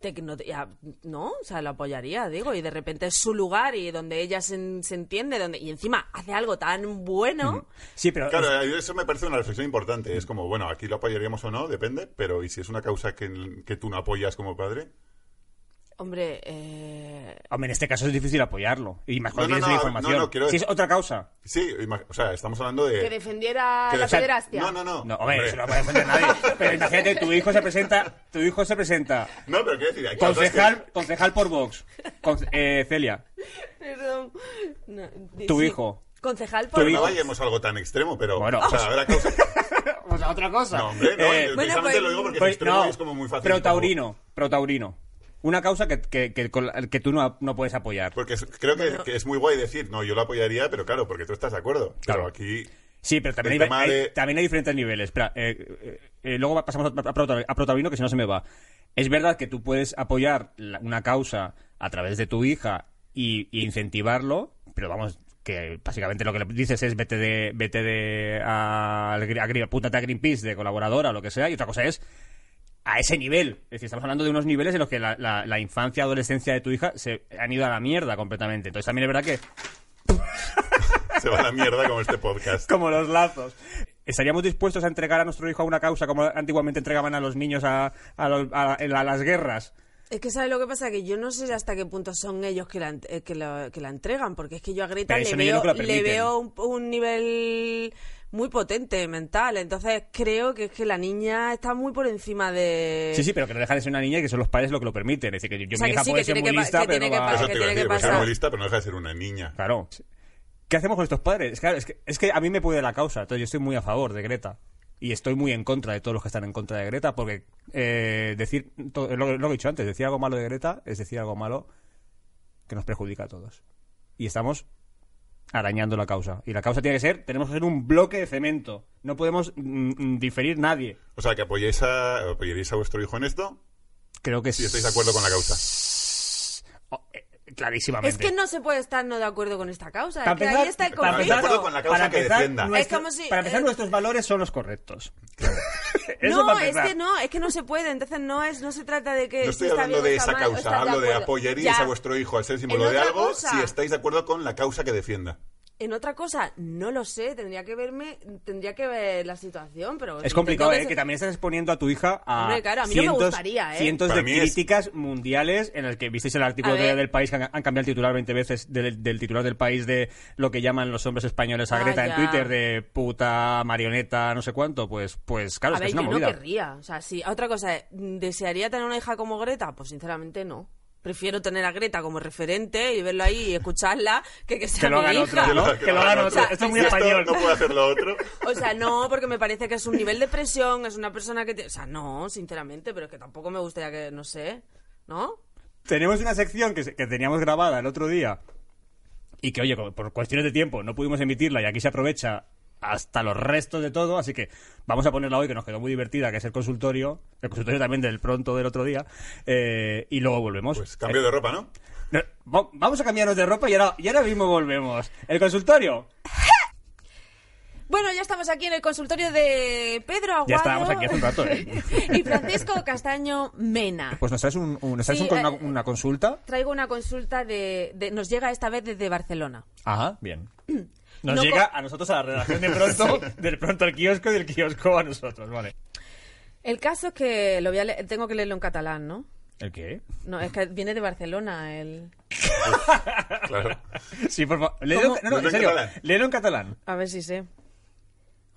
S2: te- no, te- ya, no, o sea, lo apoyaría, digo, y de repente es su lugar y donde ella se, en- se entiende, donde y encima hace algo tan bueno.
S1: Sí, pero
S3: Claro, a mí eso me parece una reflexión importante. Es como, bueno, aquí lo apoyaríamos o no, depende, pero ¿y si es una causa que, que tú no apoyas como padre?
S2: Hombre, eh,
S1: Hombre, en este caso es difícil apoyarlo. Y más cuando
S3: No, no,
S1: tienes
S3: no,
S1: la información.
S3: no, no, quiero
S1: si es otra causa.
S3: Sí, ima- o sea, estamos hablando de...
S5: Que defendiera
S3: que
S5: la
S3: de-
S5: pederastia.
S3: No, no, no.
S1: No, hombre, eso no lo puede defender nadie. Pero imagínate, tu hijo se presenta, tu hijo se presenta
S3: No, pero quiero decir, hay cosas que-
S1: concejal, concejal por Vox. Con- eh, Celia,
S2: perdón. No, di-
S1: Tu hijo.
S2: Concejal
S1: Tu
S2: por...
S1: hijo.
S3: No vayamos a algo tan extremo, pero...
S1: Bueno,
S3: o sea,
S1: pues-
S3: habrá cosas...
S1: o sea, otra cosa.
S3: No, hombre, no,
S1: Eh,
S3: yo
S2: bueno,
S3: precisamente
S2: pues-
S3: lo digo porque
S1: pues,
S3: es extremo
S1: no,
S3: y es como muy fácil.
S1: Protaurino, protaurino. Una causa que, que, que con la- que tú no, no puedes apoyar.
S3: Porque es- creo que, que es muy guay decir, no, yo lo apoyaría, pero claro, porque tú estás de acuerdo.
S1: Claro.
S3: Pero aquí...
S1: Sí, pero también
S3: El
S1: hay,
S3: tema
S1: hay-
S3: de-
S1: también hay diferentes niveles. Espera, eh, eh, eh, luego va- pasamos a, a prota- a protagonino, que si no se me va. Es verdad que tú puedes apoyar la- una causa a través de tu hija y, y incentivarlo, pero vamos, que básicamente lo que le dices es vete de, vete de a, al Gre- a Gre- apúntate a Greenpeace de colaboradora o lo que sea, y otra cosa es a ese nivel. Es decir, estamos hablando de unos niveles en los que la, la- la infancia, adolescencia de tu hija se han ido a la mierda completamente. Entonces también es verdad que
S3: se va a la mierda como este podcast.
S1: como los lazos. ¿Estaríamos dispuestos a entregar a nuestro hijo a una causa como antiguamente entregaban a los niños a, a los- a- a las guerras?
S2: Es que ¿sabes lo que pasa? Que yo no sé hasta qué punto son ellos que la, en- eh, que la, que la entregan, porque es que yo a Greta
S1: Pero
S2: le
S1: eso no, yo no
S2: veo,
S1: creo que la
S2: le
S1: permiten.
S2: veo un, un nivel muy potente mental, entonces creo que es que la niña está muy por encima de...
S1: Sí, sí, pero que no deja de ser una niña y que son los padres lo que lo permiten. Es decir, que yo,
S2: Eh. O sea,
S1: mi
S2: que
S1: hija
S2: sí,
S1: puede
S2: que
S1: ser
S2: tiene
S1: muy
S2: que pa-
S1: lista,
S2: que
S1: pero
S2: tiene
S1: no
S2: que
S1: va-
S3: Eso te
S2: tiene
S3: iba a
S2: que
S3: decir, pues
S2: pasar.
S3: es muy lista, pero no deja de ser una niña.
S1: Claro. ¿Qué hacemos con estos padres? Claro, es que, es que a mí me puede la causa. Entonces yo estoy muy a favor de Greta. Y estoy muy en contra de todos los que están en contra de Greta, porque eh, decir to- lo, lo que he dicho antes, decir algo malo de Greta es decir algo malo que nos perjudica a todos. Y estamos arañando la causa. Y la causa tiene que ser, tenemos que ser un bloque de cemento. No podemos mm, mm, diferir nadie.
S3: O sea, que apoyáis a, apoyaríais a vuestro hijo en esto
S1: Creo que
S3: si
S1: sí.
S3: estáis de acuerdo con la causa.
S1: Oh, eh, clarísimamente.
S2: Es que no se puede estar no de acuerdo con esta causa,
S1: Para
S2: es que
S1: empezar-
S2: ahí está el
S1: para
S3: De acuerdo
S2: conflicto.
S3: con la causa que defienda.
S1: nuestro-
S2: Es como si-
S1: para empezar,
S2: eh,
S1: nuestros valores son los correctos. Eso
S2: no,
S1: para
S2: es
S1: empezar.
S2: que no, es que no se puede, entonces no es, no se trata de que...
S3: No
S2: si
S3: estoy
S2: Eh, está
S3: hablando
S2: bien o
S3: de
S2: está
S3: esa
S2: mal, o
S3: causa,
S2: estás de
S3: hablo de,
S2: acuerdo.
S3: apoyaríais
S2: Ya.
S3: a vuestro hijo al ser símbolo
S2: En
S3: de
S2: otra
S3: algo
S2: cosa.
S3: si estáis de acuerdo con la causa que defienda.
S2: En otra cosa, no lo sé, tendría que verme, tendría que ver la situación, pero...
S1: Es complicado,
S2: intento
S1: ¿eh?
S2: se-
S1: Que también estás exponiendo a tu hija a
S2: Hombre, claro, a mí no me
S1: cientos,
S2: gustaría, ¿eh?
S1: cientos
S3: Para
S1: de
S3: mí es-
S1: críticas mundiales en el que visteis el artículo
S2: A
S1: de-
S2: ver.
S1: del país que han, han cambiado el titular 20 veces del, del titular del país de lo que llaman los hombres españoles a
S2: Ah,
S1: Greta
S2: ya.
S1: en Twitter de puta, marioneta, no sé cuánto. Pues, pues claro,
S2: A
S1: es
S2: ver,
S1: que es
S2: yo
S1: una movida.
S2: no querría. O sea, sí. Otra cosa, es, ¿desearía tener una hija como Greta? Pues sinceramente no. Prefiero tener a Greta como referente y verlo ahí y escucharla que que sea
S1: Que lo
S2: mi
S1: hagan
S2: hija.
S1: otros, ¿no? Que lo hagan
S3: otro.
S1: otros. Esto es muy
S3: Si
S1: español.
S3: No puedo hacer lo otro.
S2: O sea, no, porque me parece que es un nivel de presión, es una persona que... te- O sea, no, sinceramente, pero es que tampoco me gustaría que, no sé, ¿no?
S1: Tenemos una sección que, se- que teníamos grabada el otro día y que, oye, co- por cuestiones de tiempo no pudimos emitirla y aquí se aprovecha hasta los restos de todo, así que vamos a ponerla hoy, que nos quedó muy divertida, que es el consultorio, el consultorio también del pronto del otro día, eh, y luego volvemos.
S3: Pues cambio de ropa, ¿no?
S1: Eh, no, va- vamos a cambiarnos de ropa y ahora, y ahora mismo volvemos. El consultorio.
S5: Bueno, ya estamos aquí en el consultorio de Pedro Aguado.
S1: Ya estábamos aquí hace un rato. ¿eh?
S5: y Francisco Castaño Mena.
S1: Pues nos traes, un, un- nos traes
S5: Sí,
S1: un- con
S5: eh,
S1: una, una consulta.
S5: Traigo una consulta de, de- Nos llega esta vez desde Barcelona.
S1: Ajá, bien. Nos
S5: No
S1: llega a nosotros a la redacción de pronto, del pronto al kiosco y del kiosco a nosotros, vale.
S5: El caso es que lo voy a le- tengo que leerlo en catalán, ¿no?
S1: ¿El qué?
S5: No, es que viene de Barcelona el...
S3: Claro.
S1: Sí, por favor. Léelo,
S5: ¿Cómo?
S1: no, no, en
S3: Léelo en
S1: serio.
S3: catalán.
S1: Léelo en catalán.
S5: A ver si sé.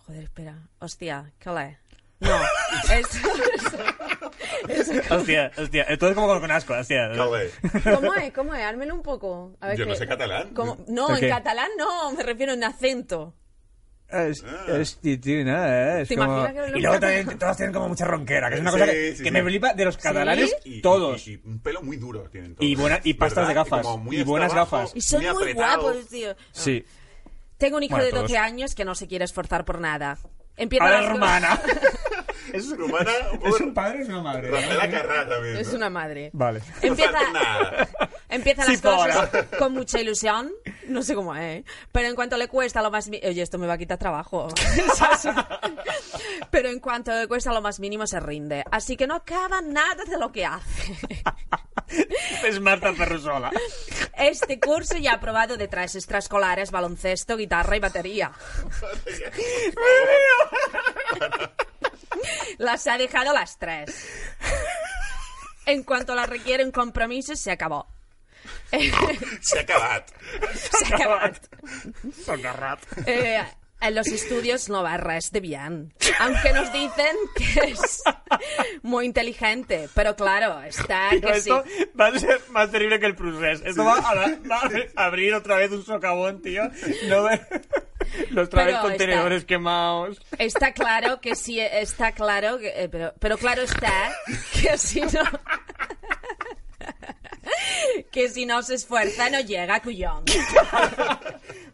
S5: Joder, espera. Hostia, calé. No, es...
S1: Hostia, hostia. Entonces como con asco, hostia.
S3: Joder.
S5: ¿Cómo es? ¿Cómo es? Ármelo un poco. A ver
S3: Yo no
S5: que-
S3: sé catalán.
S5: ¿Cómo? No,
S1: ¿El
S5: en
S1: qué?
S5: catalán no, me refiero en acento.
S1: Es, es, tío,
S3: eh?
S1: nada, es
S5: ¿Te
S1: como-
S5: imaginas que
S1: Y Ah. luego
S5: lo-
S1: también todos tienen como mucha ronquera, que es una
S3: Sí,
S1: cosa que,
S3: sí,
S1: que
S3: sí.
S1: me flipa de los catalanes
S3: Y- y-
S1: todos.
S3: Y, y un pelo muy duro tienen todos.
S1: Y buena- y pastas de
S3: ¿Verdad?
S1: gafas.
S3: como muy
S1: Y
S3: hasta
S1: buenas
S3: abajo,
S1: gafas.
S2: Y son muy,
S3: apretado.
S2: guapos, tío.
S1: Sí.
S5: Tengo un hijo
S1: Bueno,
S5: de 12
S1: todos.
S5: años que no se quiere esforzar por nada. Empieza
S1: A
S5: las-
S1: la hermana.
S3: Es una humana.
S1: ¿Es un padre o es una madre?
S3: Rafaela Carrà también. ¿no?
S5: Es una madre.
S1: Vale.
S5: Empieza,
S3: No falta nada.
S5: empieza las
S1: Sí,
S5: cosas con mucha ilusión. No sé cómo es. ¿eh? Pero en cuanto le cuesta lo más... mi- Oye, esto me va a quitar trabajo. O sea, sí. Pero en cuanto le cuesta lo más mínimo se rinde. Así que no acaba nada de lo que hace.
S1: Es Marta Ferrusola.
S5: Este curso ya ha aprobado de tres extraescolares, baloncesto, guitarra y batería. Las ha dejado las tres. En cuanto la requiere un compromiso, se acabó.
S3: Se ha acabado.
S5: Se ha acabado.
S1: Socarrat.
S5: Eh, en los estudios no va res de bien. Aunque nos dicen que es muy inteligente. Pero claro,
S2: Ah,
S5: está
S1: Tío,
S5: que sí.
S1: esto va a ser más terrible que el Prusés. Esto va a, va a abrir otra vez un socavón, tío. No ve- Los otra vez
S5: Pero
S1: contenedores quemados.
S5: Está claro que sí, está claro, que- eh, pero, pero claro está que si no... Que si no se esfuerza no llega, cuyón.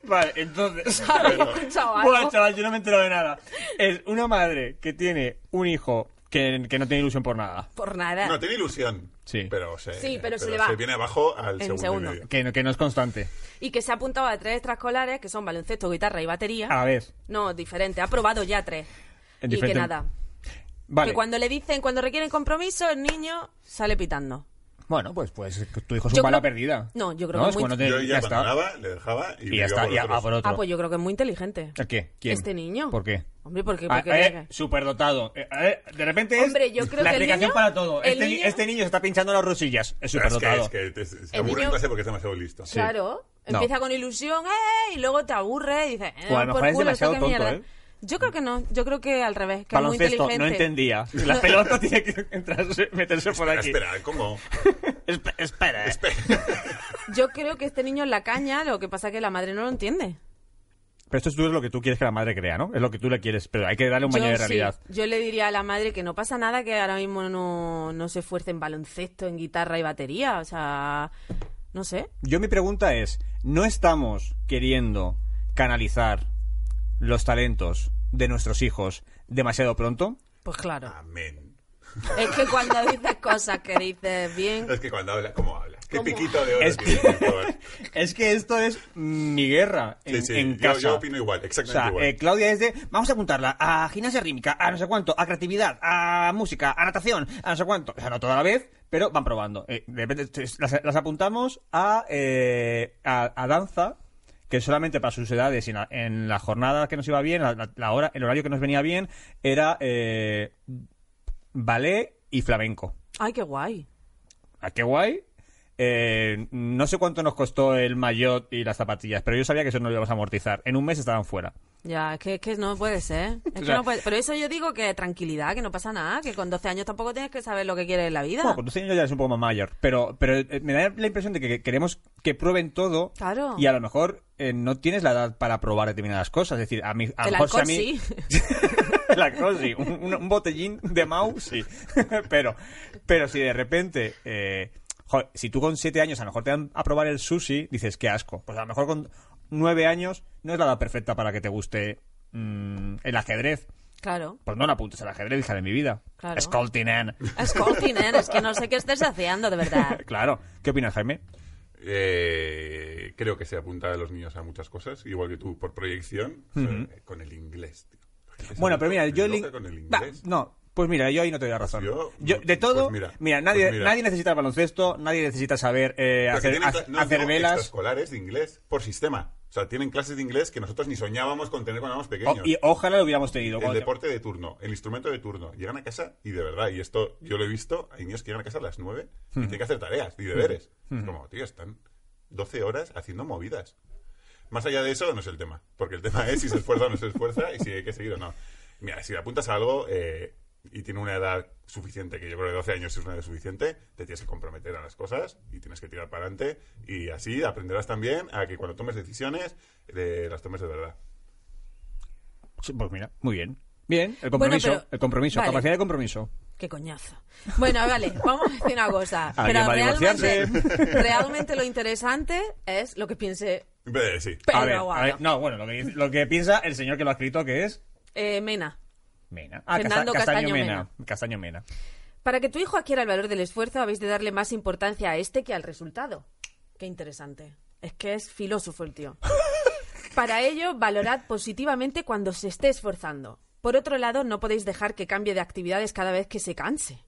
S1: Vale, entonces.
S5: ¿Habéis escuchado algo?
S1: Buah, chaval, yo no me he enterado de nada. Es una madre que tiene un hijo que, que no tiene ilusión por nada.
S5: Por nada.
S3: No, tiene ilusión.
S1: Sí.
S3: Pero se,
S5: Sí, pero se le va.
S3: viene abajo al
S5: En
S3: segundo,
S5: segundo.
S3: y medio.
S1: Que, no- que no es constante.
S2: Y que se ha apuntado a tres extraescolares, que son baloncesto, guitarra y batería.
S1: A la vez.
S2: No, diferente. Ha probado ya tres.
S1: Ah. En
S2: y que
S1: diferente-
S2: nada.
S1: Vale.
S2: Que cuando le dicen, cuando requieren compromiso, el niño sale pitando.
S1: Bueno, pues, pues tu hijo es un
S2: Yo
S1: bala
S2: creo-
S1: perdida.
S2: No, yo creo que
S1: es
S2: muy-
S1: no te-
S3: Yo
S1: ya,
S3: ya,
S1: está.
S3: abandonaba, le dejaba y,
S1: Y
S3: me
S1: ya
S3: iba
S1: está.
S3: por
S1: Y a,
S3: otros.
S1: a por otro.
S2: Ah, pues yo creo que es muy inteligente.
S1: ¿A qué? ¿Quién?
S2: Este niño.
S1: ¿Por qué?
S2: Hombre, ¿por qué?
S1: Ah,
S2: ¿Por qué?
S1: eh, superdotado. Eh, eh, de repente es
S2: Hombre, yo creo
S1: la
S2: que el
S1: explicación
S2: niño-
S1: para todo.
S2: el
S1: Este, ni-
S2: niño-
S1: este niño se está pinchando las rosillas. Es
S3: Pero es que,
S1: superdotado.
S3: es que te, te
S2: El
S3: aburre
S2: niño-
S3: en clase porque es demasiado listo.
S1: Sí.
S2: Claro.
S1: No.
S2: Empieza con ilusión, ¡eh! Y luego te aburre y dices, eh,
S1: O a lo
S2: por
S1: mejor es
S2: culo,
S1: demasiado
S2: esto qué
S1: tonto, ¿eh?
S2: mierda. Yo creo que no, yo creo que al revés, que es muy
S1: Baloncesto, no
S2: inteligente.
S1: entendía. La pelota tiene que entrarse, meterse por
S3: Espera,
S1: aquí.
S3: espera, ¿cómo?
S1: Espe- espera. eh.
S2: Yo creo que este niño es la caña, lo que pasa es que la madre no lo entiende.
S1: Pero esto es tú- es lo que tú quieres que la madre crea, ¿no? Es lo que tú le quieres, pero hay que darle un baño
S2: yo,
S1: de
S2: sí,
S1: realidad.
S2: yo le diría a la madre que no pasa nada que ahora mismo no, no se esfuerce en baloncesto, en guitarra y batería. O sea, no sé.
S1: Yo mi pregunta es, ¿no estamos queriendo canalizar los talentos de nuestros hijos demasiado pronto?
S2: Pues claro.
S3: Amén.
S2: Es que cuando dices cosas que dices bien,
S3: Es que cuando habla, ¿cómo habla? Qué
S2: ¿Cómo?
S3: piquito de oro
S1: Es
S3: tiene, por favor.
S1: Es que esto es mi guerra en,
S3: Sí, sí,
S1: en
S3: yo-
S1: casa.
S3: yo opino igual, exactamente
S1: O sea,
S3: igual.
S1: eh, Claudia es de, vamos a apuntarla a gimnasia rítmica, a no sé cuánto, a creatividad, a música, a natación, a no sé cuánto. O sea, no toda la vez, pero van probando. Eh, de repente, es- las, las apuntamos a, eh, a, a danza, que solamente para sus edades y en la, en la jornada que nos iba bien, la, la- la hora, el horario que nos venía bien, era eh, ballet y flamenco.
S2: ay, qué guay.
S1: ¿A qué guay? Eh, no sé cuánto nos costó el maillot y las zapatillas, pero yo sabía que eso no lo íbamos a amortizar. En un mes estaban fuera.
S2: Ya, es que, es que no puede ser. Es que
S1: O sea-
S2: no puede- Pero eso yo digo que tranquilidad, que no pasa nada, que con 12 años tampoco tienes que saber lo que quieres en la vida.
S1: Bueno, pues- con 12 años ya es un poco más mayor, pero, pero eh, me da la impresión de que queremos que prueben todo
S2: Claro.
S1: y a lo mejor eh, no tienes la edad para probar determinadas cosas. Es decir, a mí, a lo
S2: el
S1: mejor si
S2: alcohol
S1: a mí...
S2: sí.
S1: el alcohol sí, un, un- un botellín de Mau sí, pero, pero si de repente... eh, jo, si tú con 7 años a lo mejor te dan a probar el sushi, dices, qué asco. Pues a lo mejor con 9 años no es la edad perfecta para que te guste mm, el ajedrez.
S2: Claro.
S1: Pues no la apuntes al ajedrez, hija de mi vida.
S2: Claro.
S1: Scolding, Ann.
S2: Escolting, ¿eh? es que no sé qué estés haciendo, de
S1: Ah.
S2: verdad.
S1: Claro. ¿Qué opinas, Jaime?
S3: Eh, creo que se apunta a los niños a muchas cosas, igual que tú, por proyección, o sea, eh, con el inglés. tío. La gente se
S1: Bueno,
S3: vuelve
S1: pero mira, yo...
S3: loca
S1: li-
S3: con el
S1: Va,
S3: inglés.
S1: no, pues mira, yo ahí no te doy la razón.
S3: Yo-
S1: Yo- de todo,
S3: pues mira,
S1: nadie,
S3: pues mira.
S1: nadie necesita el baloncesto, nadie necesita saber eh,
S3: Pero que
S1: hacer,
S3: tienen
S1: hacer-
S3: cla- no,
S1: hacer
S3: no,
S1: velas.
S3: extraescolares de inglés por sistema. O sea, tienen clases de inglés que nosotros ni soñábamos con tener cuando éramos
S1: O-
S3: pequeños.
S1: Oh, y ojalá lo hubiéramos tenido.
S3: el
S1: Cuando-
S3: deporte de turno, el instrumento de turno. Llegan a casa y de verdad, y esto yo lo he visto, hay niños que llegan a casa a las 9 y tienen que hacer tareas y deberes. Es como, tío, están 12 horas haciendo movidas. Más allá de eso, no es el tema. Porque el tema es si se esfuerza o no se esfuerza y si hay que seguir o no. Mira, si le apuntas a algo eh, y tiene una edad suficiente, que yo creo que 12 años es una edad suficiente, te tienes que comprometer a las cosas y tienes que tirar para adelante. Y así aprenderás también a que cuando tomes decisiones, eh, las tomes de verdad.
S1: Sí, Pues mira, muy bien. Bien, el compromiso,
S2: pero-
S1: el compromiso,
S2: vale.
S1: capacidad de compromiso.
S2: Qué coñazo. Bueno, vale, vamos a decir una cosa.
S1: Alguien
S2: Pero
S1: va a
S2: realmente,
S1: divorciarse.
S2: realmente lo interesante es lo que piense
S3: Eh, sí.
S2: Pedro
S1: a ver,
S2: Aguado.
S1: a ver, no, bueno, lo que, dice- lo que piensa el señor que lo ha escrito que es
S2: Eh, Mena.
S1: Mena. Ah,
S2: Fernando Castaño
S1: Castaño Mena.
S2: Para que tu hijo adquiera el valor del esfuerzo, habéis de darle más importancia a este que al resultado. Qué interesante. Es que es filósofo el tío. Para ello, valorad positivamente cuando se esté esforzando. Por otro lado, no podéis dejar que cambie de actividades cada vez que se canse.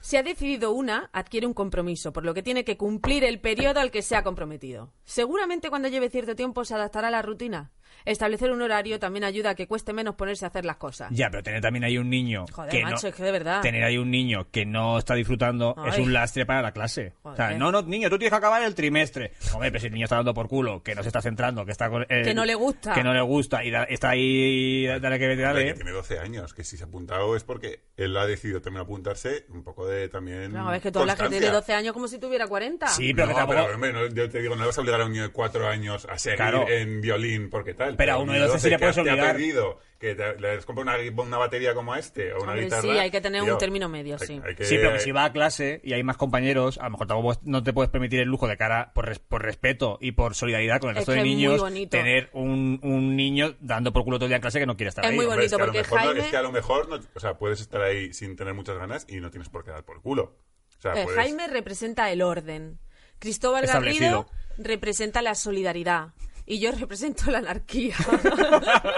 S2: Si ha decidido una, adquiere un compromiso, por lo que tiene que cumplir el periodo al que se ha comprometido. Seguramente cuando lleve cierto tiempo se adaptará a la rutina. Establecer un horario también ayuda a que cueste menos ponerse a hacer las cosas.
S1: Ya, pero tener también ahí un niño
S2: Joder,
S1: que
S2: macho,
S1: no,
S2: es que de verdad.
S1: tener ahí un niño que no está disfrutando es
S2: Ay.
S1: un lastre para la clase. O sea,
S2: Joder.
S1: no, no, niño, tú tienes que acabar el trimestre. Hombre, pero si el niño está dando por culo, que no se está centrando, que está con- eh,
S2: Que no le gusta.
S1: que no le gusta y da- está ahí dale que vete,
S3: Hombre, que
S1: dale.
S3: tiene 12 años, que si se ha apuntado es porque él ha decidido también apuntarse, un poco de también.
S2: No, es que tú hablas que
S3: constancia.
S2: tiene 12 años como si tuviera 40.
S1: Sí, pero
S3: no,
S1: que tampoco
S3: pero, hombre, no, yo te digo, no le vas a obligar a un niño de cuatro años a seguir
S1: Claro.
S3: en violín porque tal.
S1: Pero a uno
S3: un
S1: de
S3: niño
S1: 12 sí le
S3: que
S1: puedes
S3: te ha-
S1: obligar.
S3: Te ha pedido que te- le has comprado una, una batería como a este o una
S2: Hombre,
S3: guitarra.
S2: sí, hay que tener un término medio,
S3: hay-
S2: sí.
S3: hay que-
S1: Sí, pero que si va a clase y hay más compañeros, a lo mejor tampoco puedes- no te puedes permitir el lujo de cara por, res- por respeto y por solidaridad con el
S2: Es
S1: resto de
S2: que es muy
S1: niños
S2: bonito.
S1: tener un, un niño dando por culo todo el día en clase que no quiere estar
S2: Es
S1: ahí.
S2: muy
S3: Hombre, es
S2: bonito,
S3: que a lo
S2: porque
S3: mejor no-
S2: Jaime-
S3: es que a lo mejor no- o sea, puedes estar ahí sin tener muchas ganas y no tienes por qué dar por culo. O sea,
S1: pues,
S2: Eh,
S3: puedes-
S2: Jaime representa el orden. Cristóbal
S1: Establecido.
S2: Garrido representa la solidaridad. Y yo represento la anarquía.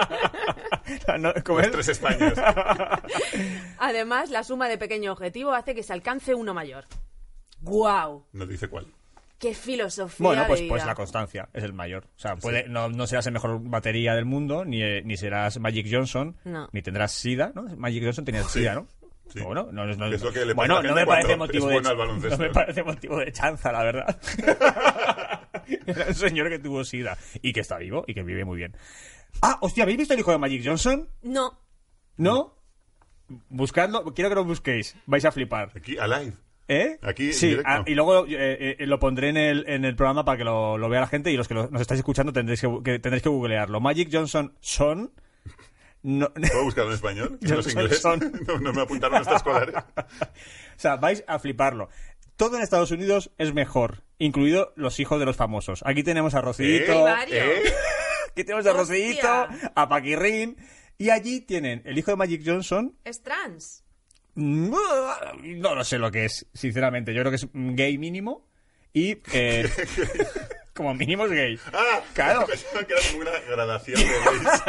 S1: No, ¿cómo
S3: Los
S1: es?
S3: tres Españas.
S2: Además, la suma de pequeños objetivos hace que se alcance uno mayor. ¡Guau!
S3: No dice cuál.
S2: ¡Qué filosofía!
S1: Bueno,
S2: de
S1: pues,
S2: vida!
S1: pues la constancia es el mayor. O sea, puede, no, no serás el mejor batería del mundo, ni, eh, ni serás Magic Johnson,
S2: No.
S1: ni tendrás SIDA, ¿no? Magic Johnson tenía SIDA, ¿no?
S3: Sí.
S1: Bueno, no, no- no-
S3: Es lo que le pasa a
S1: bueno,
S3: la
S1: no
S3: gente
S1: me parece
S3: cuando es
S1: motivo de
S3: buena al baloncesto.
S1: no me parece motivo de chanza, la verdad. Era un señor que tuvo sida y que está vivo y que vive muy bien. Ah, hostia, ¿habéis visto el hijo de Magic Johnson?
S2: No,
S1: ¿No? Buscadlo, quiero que lo busquéis, vais a flipar.
S3: Aquí, Alive.
S1: ¿Eh?
S3: Aquí, en
S1: sí.
S3: directo.
S1: ah, y luego eh, eh, lo pondré en el, en el programa para que lo, lo vea la gente y los que lo- nos estáis escuchando tendréis que, bu- que tendréis que googlearlo. Magic Johnson son. No, o
S3: ¿Puedo buscarlo en español? Que
S1: Yo
S3: no sé
S1: soy
S3: inglés.
S1: son.
S3: No, no me apuntaron a estas escolares.
S1: sea, vais a fliparlo. Todo en Estados Unidos es mejor, incluido los hijos de los famosos. Aquí tenemos a
S3: ¿Eh?
S1: Rocito,
S2: Hay varios.
S1: aquí tenemos a Rocito,
S2: Hostia.
S1: a Paquirrin, y allí tienen el hijo de Magic Johnson.
S2: es trans.
S1: No lo sé lo que es, sinceramente. Yo creo que es gay mínimo y. eh, como mínimo es gay.
S3: Ah,
S1: Claro.
S3: pensaba que era como una gradación de gays.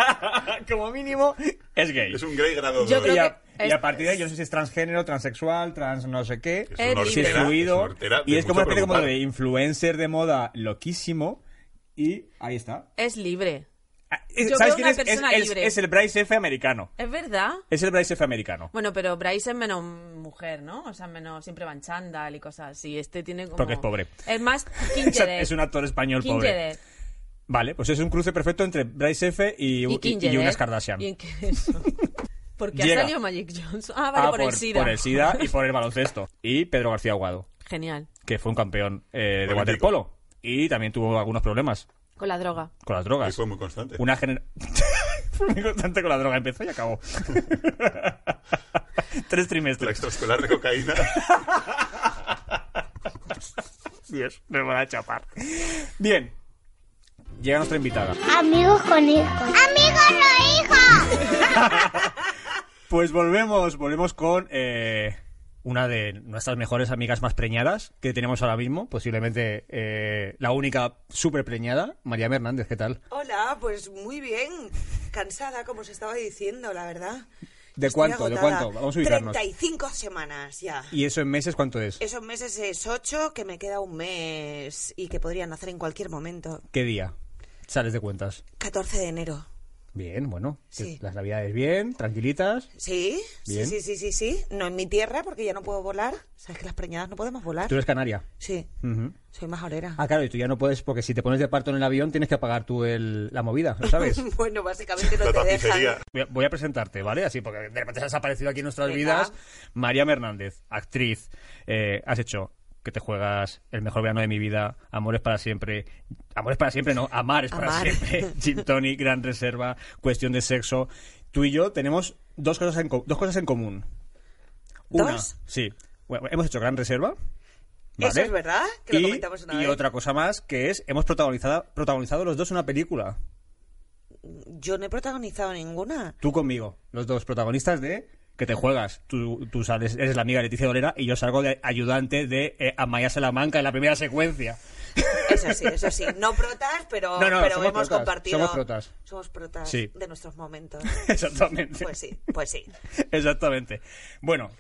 S1: como mínimo, es gay.
S3: Es un gay grado
S2: Yo
S3: dos.
S2: creo
S1: y, a,
S2: que
S1: y a
S2: es-
S1: partir de ahí, yo no sé si es transgénero, transexual, trans no sé qué.
S3: Es
S2: Es
S3: una
S1: si es
S3: hortera,
S1: fluido.
S3: es una hortera
S1: y
S3: de
S1: es como una
S3: mucho
S1: especie como
S3: preocupar.
S1: de influencer de moda loquísimo. Y ahí está.
S2: Es libre.
S1: Ah, es-
S2: Yo
S1: ¿Sabes
S2: veo
S1: quién
S2: una
S1: es? Es,
S2: persona
S1: es-
S2: libre.
S1: es el Bryce F. americano.
S2: ¿Es verdad?
S1: Es el Bryce F. americano.
S2: Bueno, pero Bryce es menos mujer, ¿no? O sea, menos siempre van chándal y cosas así. Este tiene como...
S1: Porque es pobre.
S2: Es más
S1: Es,
S2: Kingerer.
S1: es un actor español pobre.
S2: Kingerer.
S1: Vale, pues es un cruce perfecto entre Bryce F. y,
S2: Y
S1: y- y
S2: Kingerer.
S1: unas Kardashian.
S2: ¿Y en qué eso? Porque ha
S1: Llega.
S2: salido Magic Johnson. Ah, vale,
S1: Ah,
S2: por, el SIDA.
S1: por el SIDA y por el baloncesto. Y Pedro García Aguado,
S2: Genial.
S1: que fue un campeón eh, de
S3: Olímpico.
S1: waterpolo. Y también tuvo algunos problemas
S2: Con la droga.
S1: con las
S3: Y
S1: drogas.
S3: fue muy constante.
S1: Una generación. muy constante con la droga. Empezó y acabó. Tres
S3: La
S1: trimestres.
S3: extraescolar de cocaína.
S1: Dios, me van a chapar. Bien. Llega nuestra invitada.
S4: Amigos con hijos. Amigos no hijos.
S1: Pues volvemos, volvemos con eh, una de nuestras mejores amigas más preñadas que tenemos ahora mismo, posiblemente eh, la única súper preñada, María Hernández, ¿qué tal?
S6: Hola, pues muy bien. Cansada, como os estaba diciendo, la verdad.
S1: ¿De
S6: Estoy
S1: cuánto, de
S6: agotada.
S1: cuánto? Vamos a ubicarnos.
S6: 35 semanas ya.
S1: ¿Y eso en meses cuánto es?
S6: Esos meses es 8, que me queda un mes y que podrían hacer en cualquier momento.
S1: ¿Qué día? Sales de cuentas.
S6: 14 de enero.
S1: Bien, bueno.
S6: Sí.
S1: Las navidades bien, tranquilitas.
S6: ¿Sí?
S1: Bien.
S6: Sí, sí, sí, sí, sí. No en mi tierra porque ya no puedo volar. Sabes que las preñadas no podemos volar.
S1: Tú eres canaria.
S6: Sí,
S1: Ujú.
S6: soy majorera.
S1: Ah, claro, y tú ya no puedes, porque si te pones de parto en el avión tienes que pagar tú el- la movida, ¿lo sabes?
S6: bueno, básicamente no
S3: La
S6: te dejan.
S3: tapicería.
S1: Voy a, voy a presentarte, ¿vale? Así, porque de repente has aparecido aquí en nuestras
S6: Venga.
S1: vidas. María Hernández, actriz. Eh, has hecho que te juegas el mejor verano de mi vida, Amores para siempre. Amores para siempre, no, Amar es para
S6: Amar.
S1: siempre. Gin Tony, Gran Reserva, Cuestión de Sexo. Tú y yo tenemos dos cosas en, co- dos cosas en común. Una,
S6: ¿Dos?
S1: sí. Bueno, hemos hecho Gran Reserva.
S6: Eso
S1: ¿vale?
S6: es verdad, que lo
S1: y,
S6: comentamos una
S1: y
S6: vez.
S1: otra cosa más, que es, hemos protagonizado, protagonizado los dos una película.
S6: Yo no he protagonizado ninguna.
S1: Tú conmigo, los dos protagonistas de que te juegas. Tú, tú sales, eres la amiga de Leticia Dolera y yo salgo de ayudante de eh, Amaya Salamanca en la primera secuencia.
S6: Eso sí, eso sí. No protas, pero,
S1: No, no,
S6: pero
S1: somos protas,
S6: hemos compartido.
S1: somos protas.
S6: Somos protas
S1: Sí.
S6: de nuestros momentos.
S1: Exactamente.
S6: Pues sí, pues sí.
S1: Exactamente. Bueno,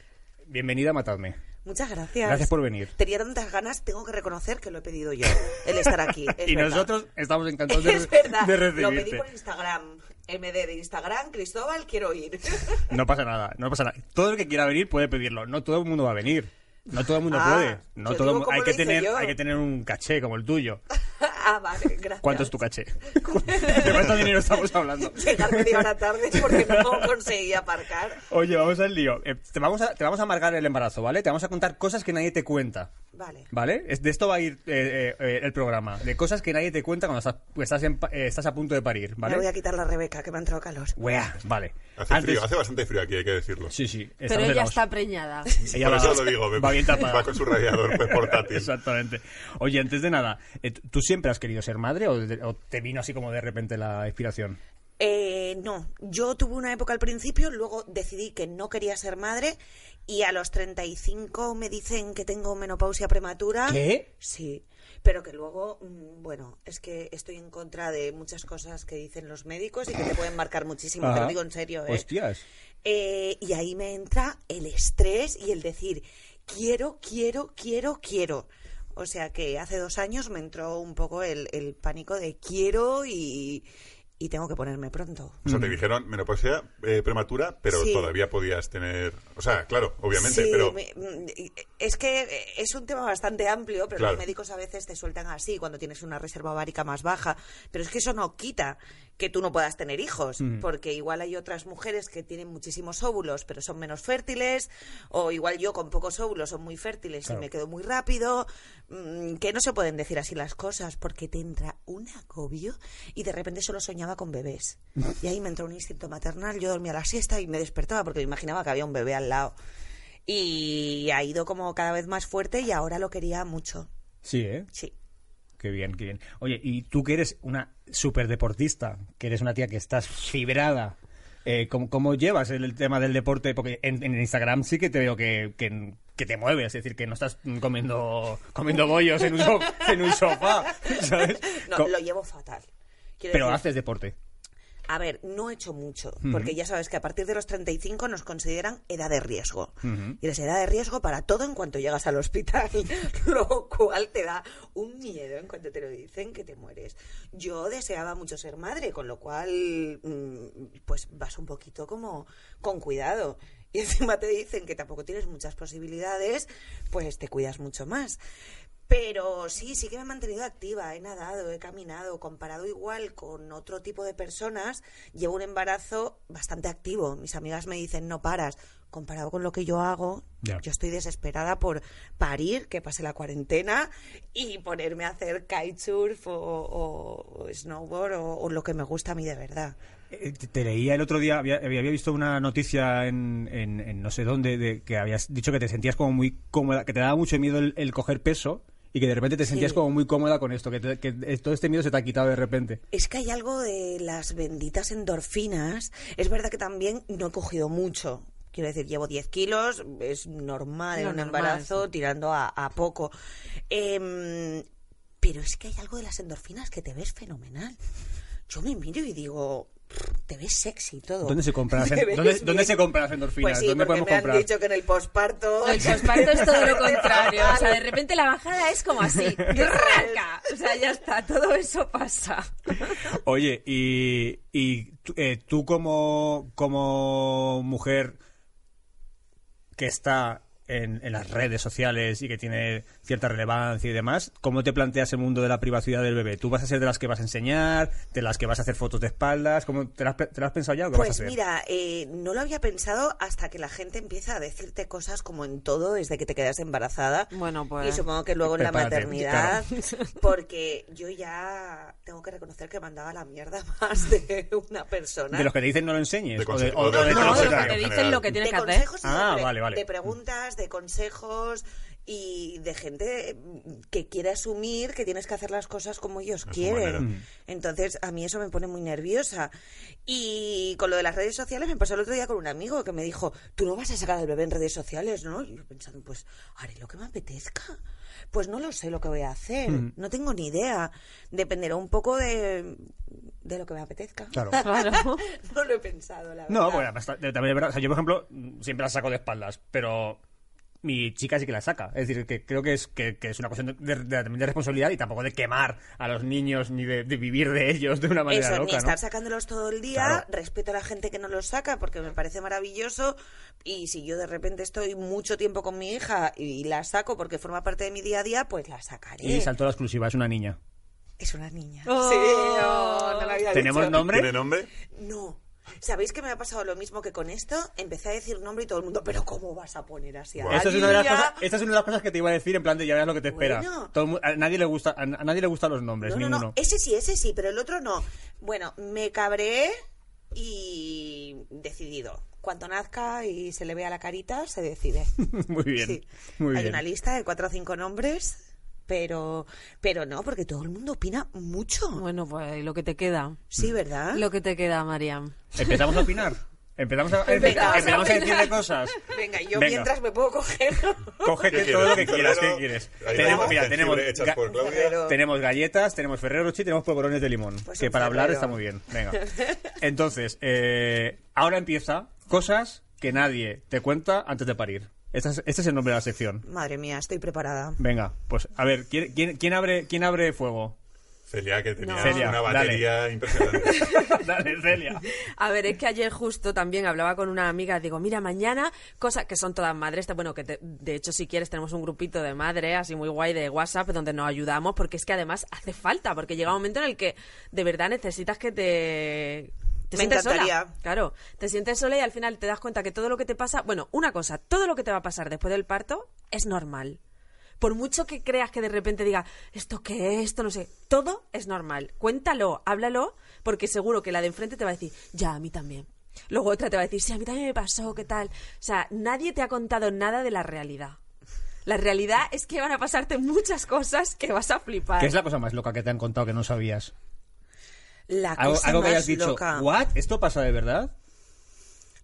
S1: bienvenida a Matadme.
S6: Muchas gracias.
S1: Gracias por venir.
S6: Tenía tantas ganas, tengo que reconocer que lo he pedido yo, el estar aquí. Es
S1: y
S6: verdad.
S1: nosotros estamos encantados de,
S6: Es verdad.
S1: de
S6: lo pedí
S1: recibirte.
S6: por Instagram. MD de Instagram, Cristóbal, quiero ir.
S1: No pasa nada, no pasa nada. Todo el que quiera venir puede pedirlo. No todo el mundo va a venir. No todo el mundo
S6: Ah,
S1: puede. No
S6: yo
S1: todo el
S6: digo
S1: mu-
S6: cómo
S1: hay
S6: lo
S1: que
S6: hice
S1: tener,
S6: yo.
S1: hay que tener un caché como el tuyo.
S6: ah, vale, gracias.
S1: ¿Cuánto es tu caché? ¿De cuánto dinero estamos hablando?
S6: Llegar media hora tarde porque no conseguí aparcar.
S1: Oye, vamos al lío. Eh, te, vamos a, te vamos a amargar el embarazo, ¿vale? Te vamos a contar cosas que nadie te cuenta.
S6: Vale.
S1: ¿Vale? Es- De esto va a ir eh, eh, eh, el programa. De cosas que nadie te cuenta cuando estás, estás, en pa- eh, estás a punto de parir,
S6: Me voy
S1: ¿vale?
S6: a quitar la Rebeca, que me ha entrado calor.
S1: Wea, vale.
S3: Hace
S1: Antes-
S3: frío, hace bastante frío aquí, hay que decirlo.
S1: Sí, sí.
S5: Pero
S1: estamos
S5: ella
S1: helados.
S5: está preñada.
S1: Ella
S3: Por
S1: va,
S3: eso lo digo, me-
S1: va bien tapada.
S3: va con su radiador pues, portátil.
S1: Exactamente. Oye, antes de nada, eh, ¿tú- ¿tú siempre has querido ser madre o, de- o te vino así como de repente la inspiración?
S6: Eh, no, yo tuve una época al principio, luego decidí que no quería ser madre y a los 35 me dicen que tengo menopausia prematura.
S1: ¿Qué?
S6: Sí, pero que luego, mm, bueno, es que estoy en contra de muchas cosas que dicen los médicos y que te pueden marcar muchísimo, te
S1: Ajá. Pues
S6: lo digo en serio. ¿eh?
S1: Hostias.
S6: Eh, y ahí me entra el estrés y el decir, quiero, quiero, quiero, quiero. O sea que hace dos años me entró un poco el, el pánico de quiero y, y tengo que ponerme pronto.
S3: O sea, te dijeron menopausia eh, prematura, pero
S6: Sí.
S3: todavía podías tener... O sea, claro, obviamente,
S6: Sí,
S3: pero...
S6: me- mm, es que eh, es un tema bastante amplio, pero
S3: Claro.
S6: los médicos a veces te sueltan así cuando tienes una reserva ovárica más baja. Pero es que eso no quita que tú no puedas tener hijos, porque igual hay otras mujeres que tienen muchísimos óvulos, pero son menos fértiles, o igual yo con pocos óvulos son muy fértiles y me quedo muy rápido. mm, Que no se pueden decir así las cosas, porque te entra un agobio y de repente solo soñaba con bebés. Y ahí me entró un instinto maternal, yo dormía la siesta y me despertaba porque me imaginaba que había un bebé al lado y ha ido como cada vez más fuerte y ahora lo quería mucho.
S1: Sí, ¿eh?
S6: Sí.
S1: Qué bien, qué bien. Oye, y tú que eres una superdeportista, que eres una tía que estás fibrada, eh, ¿cómo, cómo llevas el, el tema del deporte? Porque en, en Instagram sí que te veo que, que, que te mueves, es decir, que no estás mm, comiendo, comiendo bollos en un, so- en un sofá, ¿sabes?
S6: No,
S1: Co-
S6: lo llevo fatal. Quiero
S1: Pero
S6: decir,
S1: haces deporte.
S6: A ver, no he hecho mucho, porque ya sabes que a partir de los 35 nos consideran edad de riesgo. Y eres edad de riesgo para todo en cuanto llegas al hospital, lo cual te da un miedo en cuanto te lo dicen que te mueres. Yo deseaba mucho ser madre, con lo cual mm, pues vas un poquito como con cuidado. Y encima te dicen que tampoco tienes muchas posibilidades, pues te cuidas mucho más. Pero sí, sí que me he mantenido activa, he nadado, he caminado, comparado igual con otro tipo de personas, llevo un embarazo bastante activo. Mis amigas me dicen, no paras. Comparado con lo que yo hago,
S1: Ya.
S6: yo estoy desesperada por parir, que pase la cuarentena y ponerme a hacer kitesurf o, o- o snowboard o, o lo que me gusta a mí de verdad.
S1: Eh, Te te leía el otro día, había, había visto una noticia en, en- en no sé dónde, de que habías dicho que te sentías como muy cómoda, que te daba mucho miedo el, el coger peso y que de repente te sentías
S6: Sí.
S1: como muy cómoda con esto, que, te- que todo este miedo se te ha quitado de repente.
S6: Es que hay algo de las benditas endorfinas. Es verdad que también no he cogido mucho. Quiero decir, llevo 10 kilos, es normal en
S2: Lo
S6: un
S2: normal,
S6: embarazo, tirando a, a poco. Em, pero es que hay algo de las endorfinas que te ves fenomenal. Yo me miro y digo, te ves sexy y todo.
S1: ¿Dónde se compran las
S6: Te
S1: en-
S6: ves
S1: dónde- dónde
S6: bien.
S1: se compran las endorfinas?
S6: Pues sí,
S1: ¿Dónde
S6: porque
S1: podemos
S6: me
S1: comprar?
S6: han dicho que en el posparto...
S5: El posparto es todo lo contrario. O sea, de repente la bajada es como así. ¡Raca! O sea, ya está, todo eso pasa.
S1: Oye, y, y tú- eh, tú como, como mujer que está en, en las redes sociales y que tiene cierta relevancia y demás, ¿cómo te planteas el mundo de la privacidad del bebé? ¿Tú vas a ser de las que vas a enseñar, de las que vas a hacer fotos de espaldas? ¿Cómo te, lo has, pe- te lo has pensado ya o qué vas a
S6: Pues
S1: hacer?
S6: mira, eh, no lo había pensado hasta que la gente empieza a decirte cosas como en todo desde que te quedas embarazada.
S2: Bueno, pues-
S6: Y supongo que luego en la
S1: Prepárate,
S6: maternidad, porque yo ya tengo que reconocer que mandaba la mierda más de una persona.
S1: ¿De los que te dicen no lo enseñes?
S3: De
S1: ¿O de,
S3: conse-
S1: o- o de
S3: No,
S5: No,
S1: todo lo
S5: de lo que
S1: contrario?
S5: te
S3: en
S5: dicen
S3: general.
S5: lo que tienes
S6: de
S5: que hacer.
S6: consejos y
S1: Ah,
S6: de, pre-
S1: vale, vale.
S6: de preguntas, de consejos y de gente mm, que quiere asumir que tienes que hacer las cosas como ellos
S3: su manera.
S6: quieren.
S3: Mm.
S6: Entonces, a mí eso me pone muy nerviosa. Y con lo de las redes sociales me pasó el otro día con un amigo que me dijo, tú no vas a sacar al bebé en redes sociales, ¿no? Y yo pensando, pues haré lo que me apetezca. Pues no lo sé lo que voy a hacer, no tengo ni idea. Dependerá un poco de, de lo que me apetezca.
S1: Claro.
S6: no lo he pensado, la verdad.
S1: No, bueno, basta- también es verdad. O sea, yo, por ejemplo, siempre las saco de espaldas, pero mi chica sí que la saca. Es decir, que creo que es, que, que es una cuestión de, de- de responsabilidad y tampoco de quemar a los niños ni de, de vivir de ellos de una manera
S6: Eso,
S1: loca.
S6: ni
S1: ¿no?
S6: estar sacándolos todo el día,
S1: Claro.
S6: respeto a la gente que no los saca porque me parece maravilloso y si yo de repente estoy mucho tiempo con mi hija y la saco porque forma parte de mi día a día, pues la sacaré.
S1: Y saltó la exclusiva, es una niña.
S6: Es una niña.
S2: Oh.
S6: Sí, oh, no lo había
S1: ¿Tenemos
S6: dicho.
S1: nombre?
S3: ¿Tiene nombre?
S6: No. ¿Sabéis que me ha pasado lo mismo que con esto? Empecé a decir nombre y todo el mundo, pero ¿cómo vas a poner así a la
S1: Esta es, una de las
S6: niña?".
S1: cosas, esta es una de las cosas que te iba a decir en plan de ya veas lo que te espera.
S6: Bueno.
S1: Todo el mu- a, nadie le gusta, a, a nadie le gustan los nombres,
S6: No, no,
S1: ninguno.
S6: no, ese sí, ese sí, pero el otro no. Bueno, me cabré y decidido. Cuando nazca y se le vea la carita, se decide.
S1: muy bien.
S6: Sí.
S1: Muy
S6: Hay
S1: bien.
S6: una lista de cuatro o cinco nombres, pero, pero no, porque todo el mundo opina mucho.
S2: Bueno, pues lo que te queda.
S1: Mm.
S6: Sí, ¿verdad?
S2: Lo que te queda, Mariam.
S1: Empezamos a opinar. Empezamos a,
S6: Empezamos a
S1: empezamos a decirle cosas.
S6: Venga, yo
S1: Venga.
S6: mientras me puedo coger.
S1: Cógete
S3: ¿Qué
S1: todo lo que quieras,
S3: quieres? ¿Un
S1: ¿qué
S3: Ferrero?
S1: quieres? Tenemos,
S3: Ahí tenemos
S1: mira,
S3: jengibre
S1: tenemos,
S3: hechas
S1: ga-
S3: por Claudia.
S6: Ferrero.
S1: tenemos galletas, tenemos Ferrero Rocher, y tenemos polvorones de limón,
S6: Pues
S1: que
S6: un
S1: para hablar
S6: Ferrero.
S1: está muy bien. Venga. Entonces, eh, ahora empieza cosas que nadie te cuenta antes de parir. Esta es- este es el nombre de la sección.
S6: Madre mía, estoy preparada.
S1: Venga, pues a ver, ¿quién, quién- quién abre, quién abre fuego?
S3: Celia, que tenía
S1: No. Celia,
S3: una batería impresionante.
S1: Dale, Celia.
S2: A ver, es que ayer justo también hablaba con una amiga, digo, mira, mañana, cosas que son todas madres, te- bueno, que te- de hecho si quieres tenemos un grupito de madres así muy guay de WhatsApp donde nos ayudamos, porque es que además hace falta, porque llega un momento en el que de verdad necesitas que te... Te
S6: Me
S2: sientes sola.
S6: encantaría.
S2: Claro, te sientes sola y al final te das cuenta que todo lo que te pasa, bueno, una cosa, todo lo que te va a pasar después del parto es normal. Por mucho que creas que de repente diga, ¿esto qué es? Esto no sé. Todo es normal. Cuéntalo, háblalo, porque seguro que la de enfrente te va a decir, ya, a mí también. Luego otra te va a decir, sí, a mí también me pasó, ¿qué tal? O sea, nadie te ha contado nada de la realidad. La realidad es que van a pasarte muchas cosas que vas a flipar.
S1: ¿Qué es la cosa más loca que te han contado que no sabías?
S6: La
S1: Algo,
S6: cosa
S1: algo que
S6: más
S1: hayas dicho,
S6: loca.
S1: ¿what? ¿Esto pasa de verdad?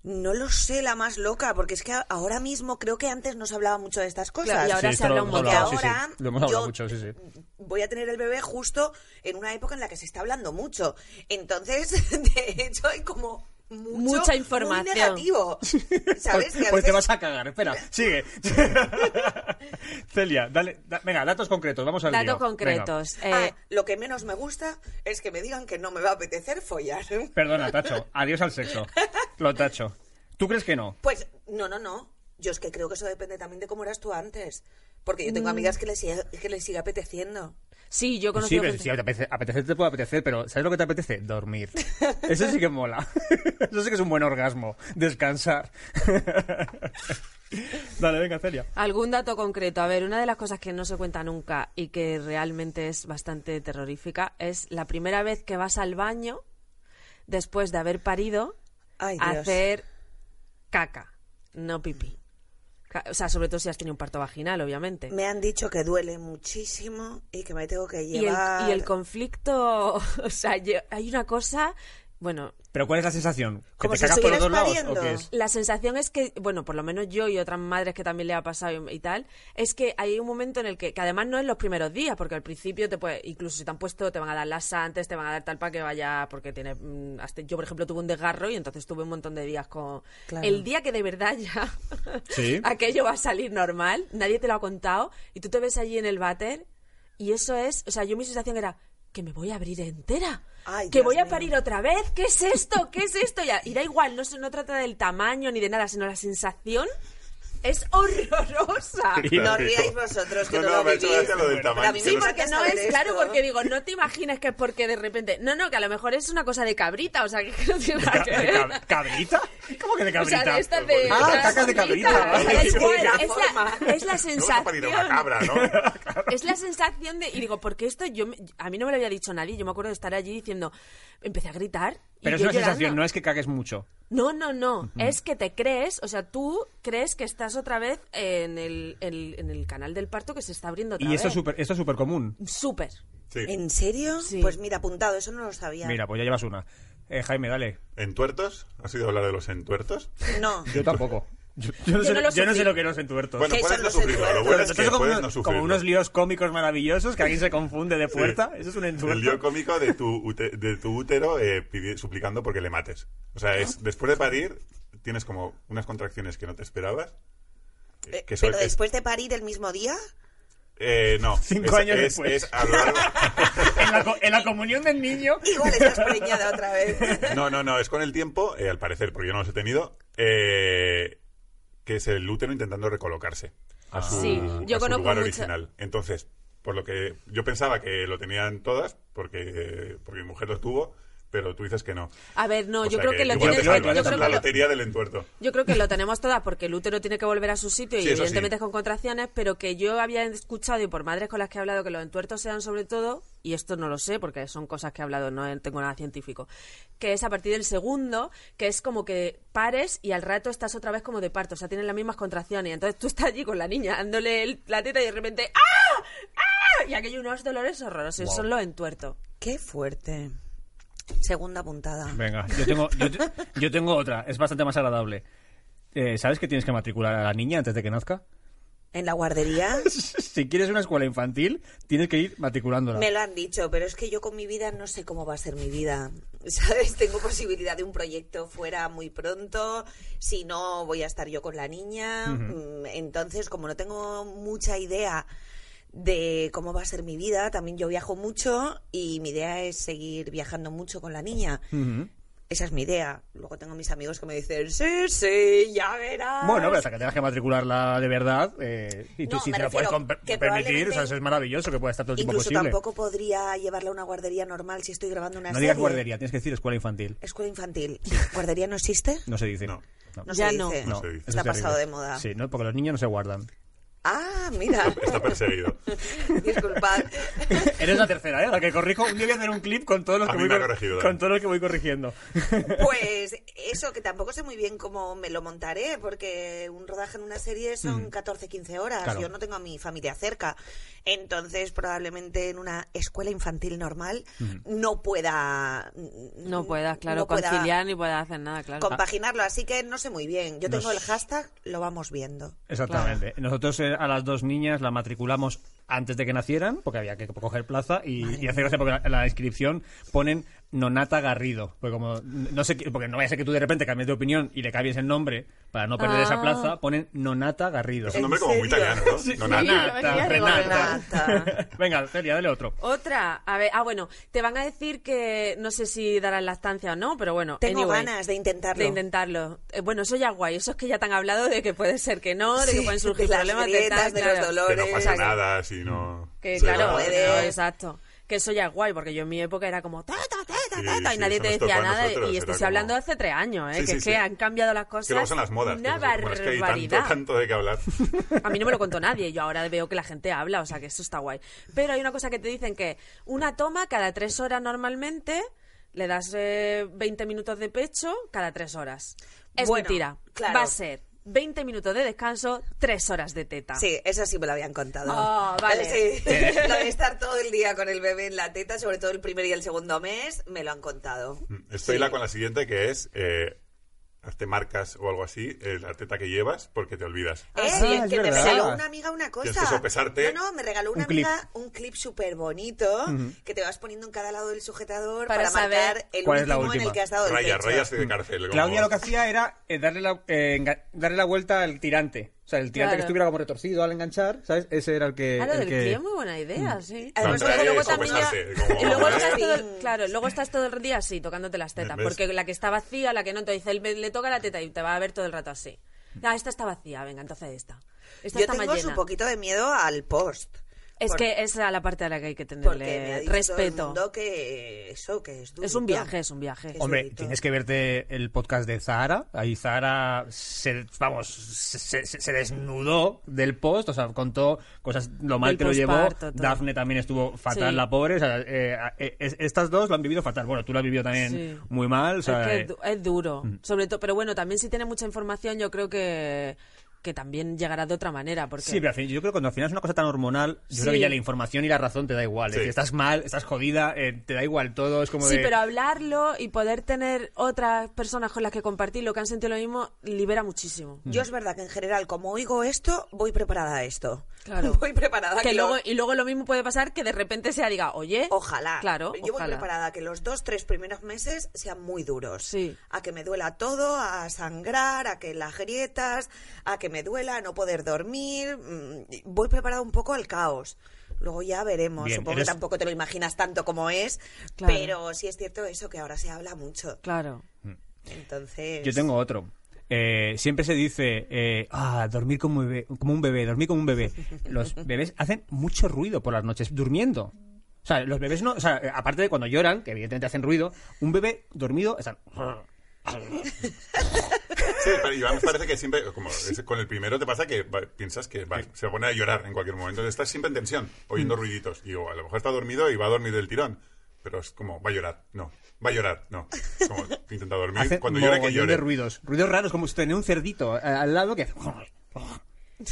S6: No lo sé, la más loca, porque es que a- ahora mismo creo que antes no se hablaba mucho de estas cosas.
S2: Claro, y ahora
S1: Sí,
S2: se
S1: esto lo
S2: habla un
S1: hemos
S2: montón.
S6: Porque
S1: hablado, sí, sí.
S6: ahora
S1: Lo hemos hablado
S6: yo
S1: mucho, sí, sí.
S6: Voy a tener el bebé justo en una época en la que se está hablando mucho. Entonces, de hecho, hay como mucho,
S2: Mucha información.
S6: Muy negativo. ¿Sabes? Que a
S1: Pues te
S6: veces-
S1: vas a cagar, espera, sigue. Celia, dale, da- venga, datos concretos, vamos al lío.
S2: Datos concretos.
S6: Ah,
S2: Eh,
S6: lo que menos me gusta es que me digan que no me va a apetecer follar.
S1: Venga. Perdona, Tacho, adiós al sexo. Lo tacho. ¿Tú crees que no?
S6: Pues no, no, no. Yo es que creo que eso depende también de cómo eras tú antes. Porque yo tengo
S2: Mm.
S6: amigas que les, sigue- que les sigue apeteciendo.
S2: sí, yo
S1: Pues Sí,
S2: conocí
S1: pero si te apetece, apetecer te puede apetecer, pero ¿sabes lo que te apetece? Dormir. Eso sí que mola. Eso sí que es un buen orgasmo. Descansar. Dale, venga, Celia.
S2: Algún dato concreto. A ver, una de las cosas que no se cuenta nunca y que realmente es bastante terrorífica es la primera vez que vas al baño después de haber parido
S6: Ay,
S2: a
S6: Dios.
S2: hacer caca, no pipí. Ca- O sea, sobre todo si has tenido un parto vaginal, obviamente.
S6: Me han dicho que duele muchísimo y que me tengo que
S2: Y el,
S6: llevar.
S2: y el conflicto, o sea, yo- hay una cosa, bueno,
S1: ¿Pero cuál es la sensación? ¿Que
S6: Como
S1: te
S6: si
S1: cagas por los dos
S6: estuvieras
S1: lados? ¿O
S6: pariendo.
S1: qué es?
S2: La sensación es que, bueno, por lo menos yo y otras madres que también le ha pasado y, y tal, es que hay un momento en el que, que además no es los primeros días, porque al principio te puede, incluso si te han puesto, te van a dar lasa antes, te van a dar tal para que vaya, porque tienes, mm, hasta- yo por ejemplo tuve un desgarro y entonces tuve un montón de días con...
S6: Claro.
S2: El día que de verdad ya
S1: Sí.
S2: aquello va a salir normal, nadie te lo ha contado, y tú te ves allí en el váter, y eso es, o sea, yo mi sensación era que me voy a abrir entera.
S6: Ay,
S2: que
S6: Dios
S2: voy a
S6: mío.
S2: parir otra vez, ¿qué es esto? ¿Qué es esto? Y, a- y da igual, no, se- no trata del tamaño ni de nada, sino la sensación es horrorosa.
S6: No ríais vosotros, que
S3: No,
S6: no,
S3: no,
S6: lo
S3: me ha hecho
S6: vivís.
S3: gracia lo del tamaño,
S6: A mí
S3: que
S2: Sí,
S6: me
S3: no sé-
S2: porque
S6: encanta
S2: no
S6: saber
S2: es, claro,
S6: esto.
S2: porque digo, no te imaginas que es porque de repente, no, no, que a lo mejor es una cosa de cabrita, o sea, que no tiene nada que
S1: ¿De
S2: ver.
S1: cab- ¿Cabrita? ¿Cómo que de
S2: O
S1: cabrita?
S2: sea, de estas de...
S1: Ah,
S2: las
S1: cacas de cabrita.
S2: cabritas, da
S1: Sí,
S2: igual,
S6: de la
S2: es la-
S6: forma.
S2: es la
S3: No vas a parir a
S2: sensación.
S3: una cabra, ¿no?
S2: Es la sensación de. Y digo, porque esto yo me- a mí no me lo había dicho nadie. Yo me acuerdo de estar allí diciendo. Empecé a gritar. y
S1: Pero es
S2: yo
S1: una sensación,
S2: llorando.
S1: no es que cagues mucho.
S2: No, no, no. Es que te crees, o sea, tú crees que estás otra vez en el, el- en el canal del parto que se está abriendo otra
S1: Y esto
S2: vez.
S1: es súper esto es súper común.
S2: Súper.
S3: Sí.
S6: ¿En serio?
S2: Sí.
S6: Pues mira, apuntado, eso no lo sabía.
S1: Mira, pues ya llevas una. Eh, Jaime, dale.
S3: ¿Entuertos? ¿Has oído hablar de los entuertos?
S6: No.
S1: Yo tampoco. Yo, yo no,
S2: Yo
S1: sé,
S2: no lo
S1: yo no sé
S2: sufrí.
S1: lo que eres entuertos.
S3: Bueno,
S6: ¿Qué
S3: puedes
S6: son
S3: no
S6: los
S3: sufrirlo. Lo
S6: entuertos?
S3: bueno es
S1: Nosotros
S3: que
S1: como,
S3: puedes
S1: unos-
S3: no
S1: como
S3: sufrirlo.
S1: unos líos cómicos maravillosos que alguien se confunde de puerta. Eso es un entuerto.
S3: El lío cómico de tu, ute- de tu útero eh, pidi- suplicando porque le mates. O sea, es, después de parir tienes como unas contracciones que no te esperabas
S6: Eh,
S3: Que eso
S6: Pero
S3: es-
S6: después de parir el mismo día,
S3: Eh, no.
S1: Cinco
S3: Es-
S1: años
S3: es-
S1: después.
S3: es a lo largo-
S1: En la, co- en la comunión del niño.
S6: igual estás preñada otra vez.
S3: No, no, no, es con el tiempo, eh, al parecer, porque yo no los he tenido, eh, que es el útero intentando recolocarse a su,
S7: Sí, yo
S3: a su
S7: conozco
S3: lugar
S7: mucha-
S3: original. Entonces, por lo que yo pensaba que lo tenían todas, porque, eh, porque mi mujer lo tuvo, pero tú dices que no.
S2: A ver, no,
S3: O
S2: yo
S3: sea
S2: creo que, lo
S3: igual
S2: tienes.
S3: te salvas,
S2: yo
S3: es
S2: creo
S3: la
S2: que lo-
S3: lotería del entuerto.
S2: Yo creo que lo tenemos todas porque el útero tiene que volver a su sitio y
S3: Sí, eso sí.
S2: evidentemente es con contracciones, pero que yo había escuchado y por madres con las que he hablado que los entuertos sean sobre todo, y esto no lo sé porque son cosas que he hablado, no tengo nada científico, que es a partir del segundo, que es como que pares y al rato estás otra vez como de parto, o sea, tienen las mismas contracciones. Entonces tú estás allí con la niña dándole el- la teta y de repente ¡ah! ¡ah! Y aquello unos dolores horrorosos, son los entuertos.
S6: Qué fuerte. Segunda puntada.
S1: Venga, yo tengo, yo, te- yo tengo otra, es bastante más agradable. Eh, ¿Sabes que tienes que matricular a la niña antes de que nazca?
S6: En la guardería
S1: Si quieres una escuela infantil, tienes que ir matriculándola.
S6: me lo han dicho, pero es que yo con mi vida no sé cómo va a ser mi vida. ¿Sabes? Tengo posibilidad de un proyecto fuera muy pronto. Si no, voy a estar yo con la niña. Mm, Entonces, como no tengo mucha idea de cómo va a ser mi vida, también yo viajo mucho y mi idea es seguir viajando mucho con la niña. Esa es mi idea. Luego tengo mis amigos que me dicen, sí, sí, ya verás.
S1: Bueno, pero hasta que tengas que matricularla de verdad, eh, y tú
S6: No,
S1: si
S6: me
S1: te lo puedes
S6: refiero
S1: comp-
S6: que
S1: permitir,
S6: probablemente-
S1: o sea, eso es maravilloso que pueda estar todo el tiempo
S6: Incluso
S1: posible.
S6: tampoco podría llevarla a una guardería normal si estoy grabando una
S1: no
S6: serie.
S1: digas guardería, tienes que decir escuela infantil.
S6: Escuela infantil. ¿Guardería no existe?
S1: No se dice.
S3: No.
S1: No.
S6: No
S2: Ya
S6: se
S2: no.
S6: dice.
S3: No
S1: No,
S3: se
S1: eso
S3: dice.
S6: Está
S1: es terrible.
S6: pasado de moda.
S1: Sí, ¿no? porque los niños no se guardan.
S6: Ah, mira.
S3: Está perseguido.
S6: Disculpad.
S1: Eres la tercera, ¿eh? La que corrijo. Un día voy a hacer un clip con todos los,
S3: A
S1: que
S3: mí
S1: voy,
S3: me ha
S1: cor-
S3: corregido.
S1: con todos los que voy corrigiendo.
S6: Pues eso, que tampoco sé muy bien cómo me lo montaré, porque un rodaje en una serie son 14, 15 horas.
S1: Claro.
S6: Yo no tengo a mi familia cerca. Entonces, probablemente en una escuela infantil normal no pueda.
S2: No puedas, claro,
S6: Mm, no pueda
S2: conciliar ni puedas hacer nada, claro.
S3: Ah,
S6: Compaginarlo, así que no sé muy bien. Yo tengo
S1: Nos-
S6: el hashtag, lo vamos viendo.
S1: Exactamente. Nosotros eh, a las dos niñas la matriculamos antes de que nacieran, porque había que coger plaza, y, y hace gracia porque la, en la inscripción ponen Nonata Garrido. Porque como no sé qué- porque no vaya a ser que tú de repente cambies de opinión y le cambies el nombre para no perder
S6: Ah.
S1: esa plaza, ponen Nonata Garrido.
S3: Es un nombre como muy
S6: serio?
S3: italiano, ¿no? No, nada.
S1: Nonata,
S2: digo,
S1: Renata.
S6: Renata.
S1: Venga, Celia, dale otro.
S2: Otra, a ver, ah, bueno, te van a decir que no sé si darán lactancia o no, pero bueno,
S6: Tengo
S2: anyway,
S6: ganas de intentarlo.
S2: de intentarlo. Eh, bueno, eso ya es guay, eso es que ya te han hablado de que puede ser que no, de
S6: Sí,
S2: que pueden surgir
S6: de las
S2: problemas
S6: grietas,
S2: tal,
S6: de
S2: claro.
S6: los
S3: Que
S6: dolores.
S3: no pasa nada si no...
S2: Que
S3: se
S2: claro,
S3: va.
S6: puede.
S2: no, exacto. Que eso ya es guay, porque yo en mi época era como teta, teta,
S3: Sí,
S2: teta, y nadie
S3: sí,
S2: te
S3: eso nos
S2: decía
S3: tocó a
S2: nada.
S3: nosotros,
S2: y
S3: era
S2: estoy
S3: como-
S2: hablando de hace tres años, ¿eh?
S3: Sí,
S2: que
S3: sí,
S2: es
S3: sí.
S2: que han cambiado las cosas.
S3: Que luego son las modas.
S2: Una
S3: que dices, bueno, es que hay tanto,
S2: barbaridad.
S3: tanto de qué hablar.
S2: A mí no me lo contó nadie, yo ahora veo que la gente habla, o sea que eso está guay. Pero hay una cosa que te dicen que una toma cada tres horas normalmente, le das eh, 20 minutos de pecho cada tres horas. Es
S6: Bueno,
S2: mentira.
S6: claro.
S2: Va a ser 20 minutos de descanso, tres horas de teta.
S6: Sí, eso sí me lo habían contado.
S2: Ah, vale.
S6: Sí. lo de estar todo el día con el bebé en la teta, sobre todo el primer y el segundo mes, me lo han contado.
S3: Mm, Estoy la con la siguiente que es... Eh, te marcas o algo así, eh, la teta que llevas, porque te olvidas.
S6: ¿Eh?
S1: sí, es
S6: que me
S1: verdad.
S6: regaló una amiga una cosa.
S3: Ah, Tienes que sopesarte.
S6: No, no, me regaló una
S1: Un clip.
S6: amiga un clip súper bonito que te vas poniendo en cada lado del sujetador
S2: Para
S6: para,
S2: saber
S6: marcar el
S1: cuál es la
S6: último en el
S1: última.
S6: que has dado el
S3: Rayas,
S6: pecho.
S3: rayas de cárcel. como-
S1: Claudia lo que hacía era eh, darle, la, eh, enga- darle la vuelta al tirante. O sea, el tirante
S2: Claro.
S1: que estuviera como retorcido al enganchar, ¿sabes? Ese era el que...
S2: Ah,
S1: Eh,
S2: lo
S1: el
S2: del
S1: que- Mm.
S2: clio, muy buena idea, sí.
S6: Además,
S2: Porque
S6: trae
S2: luego
S6: eso,
S2: también ya-
S3: besarse, como-
S2: y luego
S6: ¿eh?
S2: estás todo el-
S6: Sí.
S2: claro, luego estás todo el día así, tocándote las tetas.
S3: ¿Ves?
S2: Porque la que está vacía, la que no, te dice, le le toca la teta y te va a ver todo el rato así. Ah, esta está vacía, venga, entonces esta. Esta
S6: Yo
S2: está más
S6: tengo un
S2: llena.
S6: poquito de miedo al post.
S2: Es
S6: Por-
S2: que esa es la parte a la que hay que
S6: porque me ha
S2: tenerle
S6: dicho todo el
S2: respeto.
S6: mundo que eso, que es duro.
S2: Es un viaje, es un viaje.
S6: Es
S1: Hombre,
S6: durito.
S1: tienes que verte el podcast de Zahara. Ahí Zahara se, vamos, se, se- se desnudó del post, o sea, contó cosas, lo mal
S2: Del
S1: que lo llevó.
S2: postparto, todo.
S1: Dafne también estuvo fatal,
S2: Sí.
S1: la pobre. o sea, eh, eh, es- estas dos lo han vivido fatal. Bueno, tú lo has vivido también
S2: Sí.
S1: muy mal. o sea,
S2: es, que
S1: eh,
S2: es, du- es duro, sobre todo. Pero bueno, también si tiene mucha información, yo creo que, que también llegará de otra manera. Porque
S1: Sí, pero al fin- yo creo que cuando al final es una cosa tan hormonal, yo
S2: Sí.
S1: creo que ya la información y la razón te da igual.
S3: Sí.
S1: Es que estás mal, estás jodida, eh, te da igual todo. Es como
S2: Sí,
S1: de-
S2: pero hablarlo y poder tener otras personas con las que compartir lo que han sentido lo mismo libera muchísimo.
S1: Mm.
S6: Yo es verdad que en general, como oigo esto, voy preparada a esto.
S2: Claro.
S6: Voy preparada a
S2: Que
S6: lo-
S2: luego, y luego lo mismo puede pasar que de repente sea diga, oye,
S6: Ojalá.
S2: Claro,
S6: Yo voy
S2: ojalá.
S6: preparada a que los dos, tres primeros meses sean muy duros.
S2: Sí.
S6: A que me duela todo, a sangrar, a que las grietas, a que que me duela, no poder dormir. mm, Voy preparada un poco al caos. Luego ya veremos.
S8: Bien,
S6: Supongo
S8: eres-
S6: que tampoco te lo imaginas tanto como es,
S2: Claro.
S6: pero sí es cierto eso que ahora se habla mucho.
S2: Claro.
S6: Entonces.
S1: Yo tengo otro. Eh, siempre se dice, eh, ah, dormir como, bebé- como un bebé, dormir como un bebé. Los bebés hacen mucho ruido por las noches, durmiendo. O sea, los bebés no, o sea, eh, aparte de cuando lloran, que evidentemente hacen ruido, un bebé dormido están...
S3: Sí, pero Iván parece que siempre, como es- con el primero te pasa que va- piensas que vale, se va a poner a llorar en cualquier momento. Entonces estás siempre en tensión, oyendo
S1: Mm.
S3: ruiditos. Digo, a lo mejor está dormido y va a dormir del tirón. Pero es como, va a llorar, no. Va a llorar, no. Como intenta dormir.
S1: Hacen
S3: Cuando llora, que
S1: mogollón
S3: llore.
S1: de ruidos, ruidos raros, como si tener un cerdito eh, al lado que...
S6: No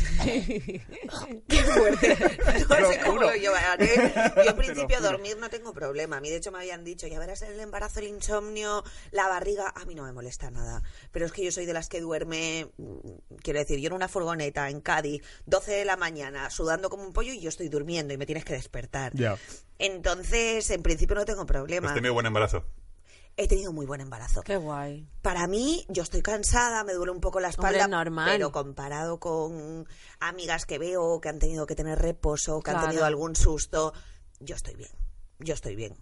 S6: sé cómo
S1: juro.
S6: lo llevaré. Yo en principio
S1: juro.
S6: dormir no tengo problema. A mí de hecho me habían dicho, ya verás el embarazo, el insomnio, la barriga. A mí no me molesta nada. Pero es que yo soy de las que duerme, mm, quiero decir, yo en una furgoneta en Cádiz, 12 de la mañana, sudando como un pollo y yo estoy durmiendo y me tienes que despertar.
S1: Ya.
S6: Entonces, en principio no tengo problema.
S3: Has tenido Este buen embarazo.
S6: He tenido muy buen embarazo.
S2: Qué guay.
S6: Para mí, yo estoy cansada, me duele un poco la
S2: Hombre,
S6: espalda,
S2: normal.
S6: pero comparado con amigas que veo que han tenido que tener reposo, que
S2: Claro.
S6: han tenido algún susto, yo estoy bien, yo estoy bien.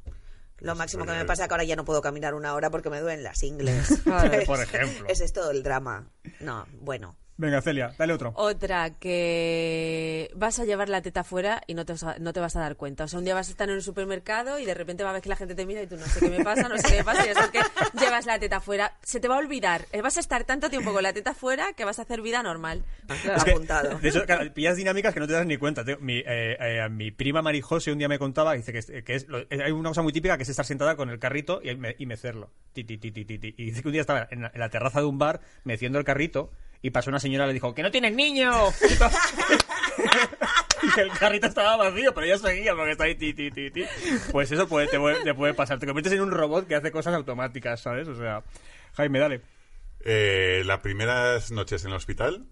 S6: Lo máximo que me pasa es que ahora ya no puedo caminar una hora porque me duelen las ingles.
S2: Claro.
S8: Por ejemplo.
S6: Ese es todo el drama. No, bueno.
S1: Venga, Celia, dale otro.
S2: Otra, que vas a llevar la teta fuera y no te, vas a- no te vas a dar cuenta. O sea, un día vas a estar en un supermercado y de repente va a ver que la gente te mira y tú no sé qué me pasa, no sé qué me pasa, y es que llevas la teta fuera. Se te va a olvidar. Eh, Vas a estar tanto tiempo con la teta fuera que vas a hacer vida normal.
S1: Es que,
S6: apuntado.
S1: De hecho, claro, pillas dinámicas que no te das ni cuenta. Tengo- Mi, eh, eh, mi prima Marijose un día me contaba, dice que, es- que es, lo- eh, hay una cosa muy típica que es estar sentada con el carrito y, me- y mecerlo. Ti, ti, ti, ti, ti, ti. Y dice que un día estaba en la, en la terraza de un bar meciendo el carrito y pasó una señora y le dijo, ¡que no tienes niño! Y el carrito estaba vacío, pero ella seguía porque está ahí ti, ti, ti, ti. Pues eso puede, te, puede, te puede pasar. Te conviertes en un robot que hace cosas automáticas, ¿sabes? O sea, Jaime, dale.
S3: Eh, las primeras noches en el hospital,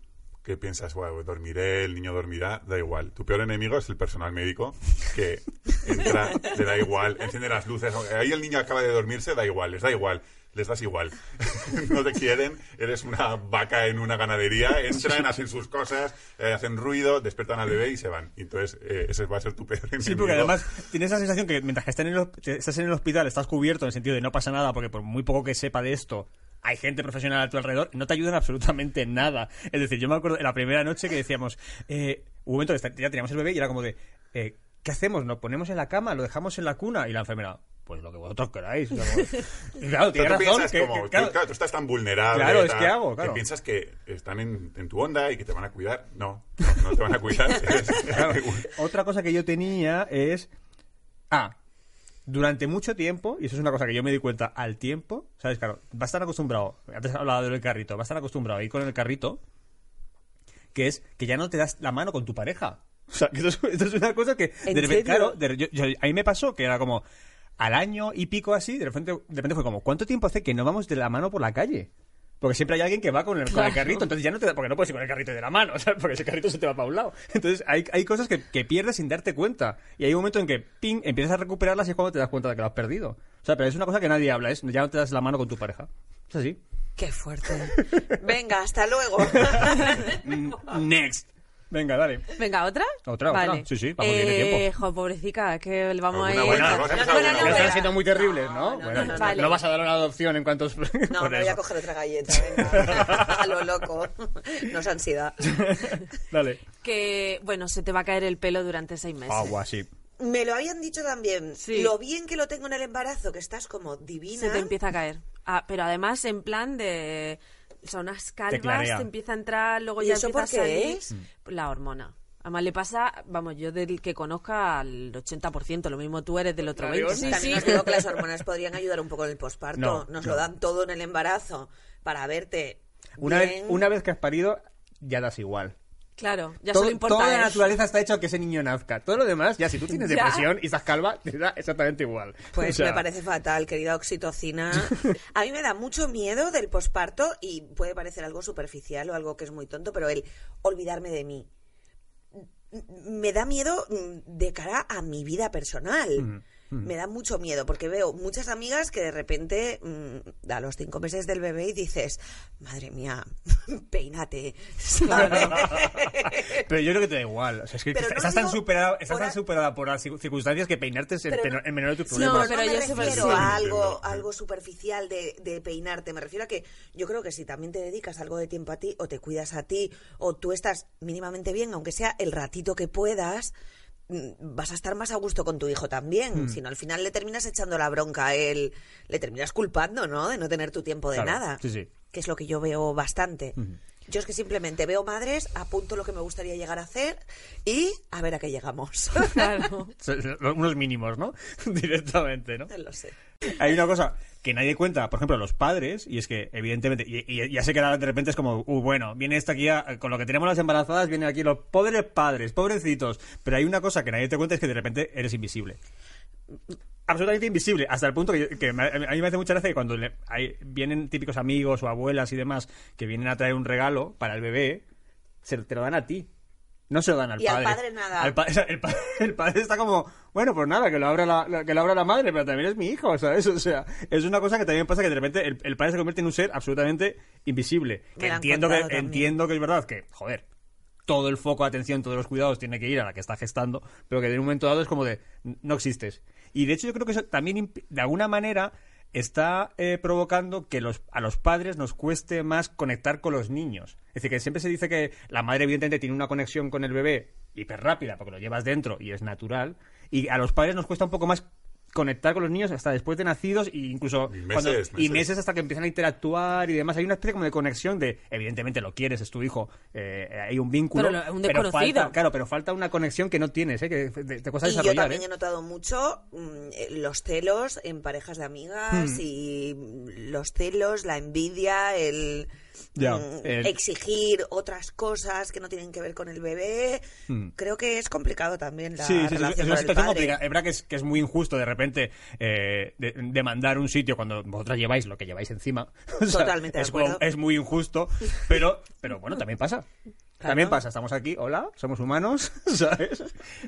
S3: que piensas, bueno, dormiré, el niño dormirá, da igual. Tu peor enemigo es el personal médico, que entra, te da igual, enciende las luces. aunque Ahí el niño acaba de dormirse, da igual, les da igual, les das igual. no te quieren, eres una vaca en una ganadería, entran, hacen sus cosas, eh, hacen ruido, despiertan al bebé y se van. Y Entonces, eh, ese va a ser tu peor enemigo.
S1: Sí, porque además tienes esa sensación que mientras que estás en, el, hosp- estás en el hospital estás cubierto en el sentido de no pasa nada, porque por muy poco que sepa de esto, hay gente profesional a tu alrededor, no te ayudan absolutamente nada. Es decir, yo me acuerdo de la primera noche que decíamos, eh, hubo un momento que está- ya teníamos el bebé y era como de, eh, ¿qué hacemos? ¿Nos ponemos en la cama? ¿Lo dejamos en la cuna? Y la enfermera, pues lo que vosotros queráis. o sea, como- Y claro, tiene
S3: Pero tú
S1: razón.
S3: piensas
S1: que-
S3: como,
S1: que-
S3: tú-
S1: claro,
S3: claro, tú estás tan vulnerable.
S1: Claro, es
S3: tal,
S1: que hago, claro.
S3: Que piensas que están en, en tu onda y que te van a cuidar. No, no, no te van a cuidar.
S1: Claro. Otra cosa que yo tenía es. Ah, durante mucho tiempo, y eso es una cosa que yo me di cuenta al tiempo, ¿sabes? Claro, va a estar acostumbrado. Antes hablaba del carrito, va a estar acostumbrado a ir con el carrito, que es que ya no te das la mano con tu pareja. O sea, que esto es, esto es una cosa que.
S6: ¿En
S1: de repente,
S6: serio?
S1: claro, de- yo- yo- a mí me pasó que era como. Al año y pico así, de repente, de repente fue como, ¿cuánto tiempo hace que no vamos de la mano por la calle? Porque siempre hay alguien que va con el, con el carrito, entonces ya no te da, porque no puedes ir con el carrito de la mano, ¿sabes? porque ese carrito se te va para un lado. Entonces hay, hay cosas que, que pierdes sin darte cuenta. Y hay un momento en que, ping, empiezas a recuperarlas y es cuando te das cuenta de que lo has perdido. O sea, pero es una cosa que nadie habla, es ya no te das la mano con tu pareja. Es así.
S6: Qué fuerte. Venga, hasta luego.
S1: Mm, Next. Venga, dale.
S2: Venga, ¿otra? Eh,
S1: Otra, otra. Sí, sí, vamos, tiene tiempo.
S2: jo, pobrecita, que le vamos a ir...
S3: Alguna buena, vamos a empezar
S2: Bueno,
S3: alguna
S2: no,
S3: buena.
S2: bueno.
S1: Están siendo muy terribles, ¿no?
S6: no,
S1: Bueno,
S6: no,
S2: no, vale.
S1: vas a dar una adopción en cuantos...
S6: No,
S1: por
S6: me voy a
S1: eso.
S6: coger otra galleta, venga. A lo loco. No es ansiedad.
S1: Dale.
S2: Que, bueno, se te va a caer el pelo durante seis meses.
S1: Agua, Ah, sí.
S6: Me lo habían dicho también.
S2: Sí.
S6: Lo bien que lo tengo en el embarazo, que estás como divina.
S2: Se te empieza a caer. Ah, pero además en plan de... Son unas calvas, te,
S1: claarea.
S2: empieza a entrar, luego
S6: ¿Y
S2: ya
S6: eso
S2: empieza
S6: por
S2: a
S6: qué
S2: salir Mm.
S6: es?
S2: la hormona. Además le pasa, vamos, yo del que conozca al 80%, lo mismo tú eres del otro 20%.
S6: También os digo que las hormonas podrían ayudar un poco en el posparto.
S1: No,
S6: Nos
S1: no.
S6: lo dan todo en el embarazo para verte.
S1: Una vez,
S6: bien.
S1: una vez que has parido, ya das igual.
S2: Claro, ya
S1: Todo-
S2: solo importa
S6: ¿eh?
S1: toda la
S2: es-
S1: naturaleza está hecha que ese niño nazca. Todo lo demás, ya si tú tienes
S2: Ya.
S1: depresión y estás calva, te da exactamente igual.
S6: Pues
S1: O sea,
S6: me parece fatal, querida oxitocina. A mí me da mucho miedo del posparto y puede parecer algo superficial o algo que es muy tonto, pero el olvidarme de mí. M- Me da miedo mm, de cara a mi vida personal. me da mucho miedo porque veo muchas amigas que de repente mm, a los cinco meses del bebé y dices, madre mía, peínate. ¿sabes?
S1: Pero yo creo que te da igual. O sea, es que
S6: Pero no
S1: estás, tan,
S6: digo
S1: superada, estás
S6: por
S1: tan
S6: a-
S1: superada por las circunstancias que peinarte es el,
S6: Pero-
S1: peno- el menor de tus
S2: No,
S1: problemas.
S2: pero
S6: no
S2: yo
S6: me
S2: se me-
S6: refiero
S2: sí.
S6: a algo,
S3: Entiendo.
S6: algo superficial de, de peinarte. Me refiero a que yo creo que si también te dedicas algo de tiempo a ti, o te cuidas a ti, o tú estás mínimamente bien, aunque sea el ratito que puedas, mm, vas a estar más a gusto con tu hijo
S1: Hmm.
S6: también. Si no, al final le terminas echando la bronca a él, le terminas culpando, ¿no? De no tener tu tiempo de
S1: Claro,
S6: nada.
S1: sí, sí.
S6: Que es lo que yo veo bastante. Yo es que simplemente veo madres, apunto lo que me gustaría llegar a hacer y a ver a qué llegamos.
S2: Claro.
S1: Unos mínimos, ¿no? Directamente, ¿no?
S6: No lo sé.
S1: Hay una cosa que nadie cuenta, por ejemplo, los padres, y es que, evidentemente, y, y ya sé que ahora de repente es como, uh, bueno, viene esto aquí, a- con lo que tenemos las embarazadas, vienen aquí los pobres padres, pobrecitos. Pero hay una cosa que nadie te cuenta, es que de repente eres invisible. Absolutamente invisible, hasta el punto que, yo- que me- a mí me hace mucha gracia que cuando le- hay- vienen típicos amigos o abuelas y demás que vienen a traer un regalo para el bebé, se te lo dan a ti. No se lo dan al
S6: Y al
S1: padre.
S6: padre nada.
S1: Al pa- o sea, el, pa- el padre está como, bueno, pues nada, que lo, abra la, la- que lo abra la madre, pero también es mi hijo, ¿sabes? O sea, es una cosa que también pasa que de repente el, el padre se convierte en un ser absolutamente invisible.
S6: Me
S1: Que
S6: lo han
S1: entiendo, que,
S6: contado también.
S1: entiendo que es verdad que, joder, todo el foco de atención, todos los cuidados tiene que ir a la que está gestando, pero que de un momento dado es como de, no existes. Y de hecho yo creo que eso también, imp- de alguna manera, está eh, provocando que los, a los padres nos cueste más conectar con los niños. Es decir, que siempre se dice que la madre evidentemente tiene una conexión con el bebé hiper rápida, porque lo llevas dentro y es natural, y a los padres nos cuesta un poco más conectar con los niños hasta después de nacidos e incluso
S3: Y
S1: cuando-
S3: meses,
S1: y
S3: meses.
S1: meses hasta que empiezan a interactuar y demás. Hay una especie como de conexión de, evidentemente lo quieres, es tu hijo, eh, hay un vínculo.
S2: Pero lo- un desconocido.
S1: falta, claro, pero falta una conexión que no tienes, ¿eh? que te, te cuesta
S6: Y yo
S1: desarrollar.
S6: también
S1: ¿eh?
S6: he notado mucho mm, eh, los celos en parejas de amigas
S1: Hmm.
S6: y mm, los celos, la envidia, el
S1: Ya,
S6: mm,
S1: el-
S6: exigir otras cosas que no tienen que ver con el bebé. Creo que es complicado también la
S1: Hmm. Sí, sí, sí,
S6: relación
S1: es
S6: con
S1: una
S6: el
S1: situación
S6: padre.
S1: complicada. Es verdad que es, que es muy injusto de repente eh, de- demandar un sitio cuando vosotras lleváis lo que lleváis encima. O sea,
S6: Totalmente de
S1: es,
S6: acuerdo.
S1: como- es muy injusto, pero, pero bueno, también pasa. También pasa, estamos aquí, hola, somos humanos, ¿sabes?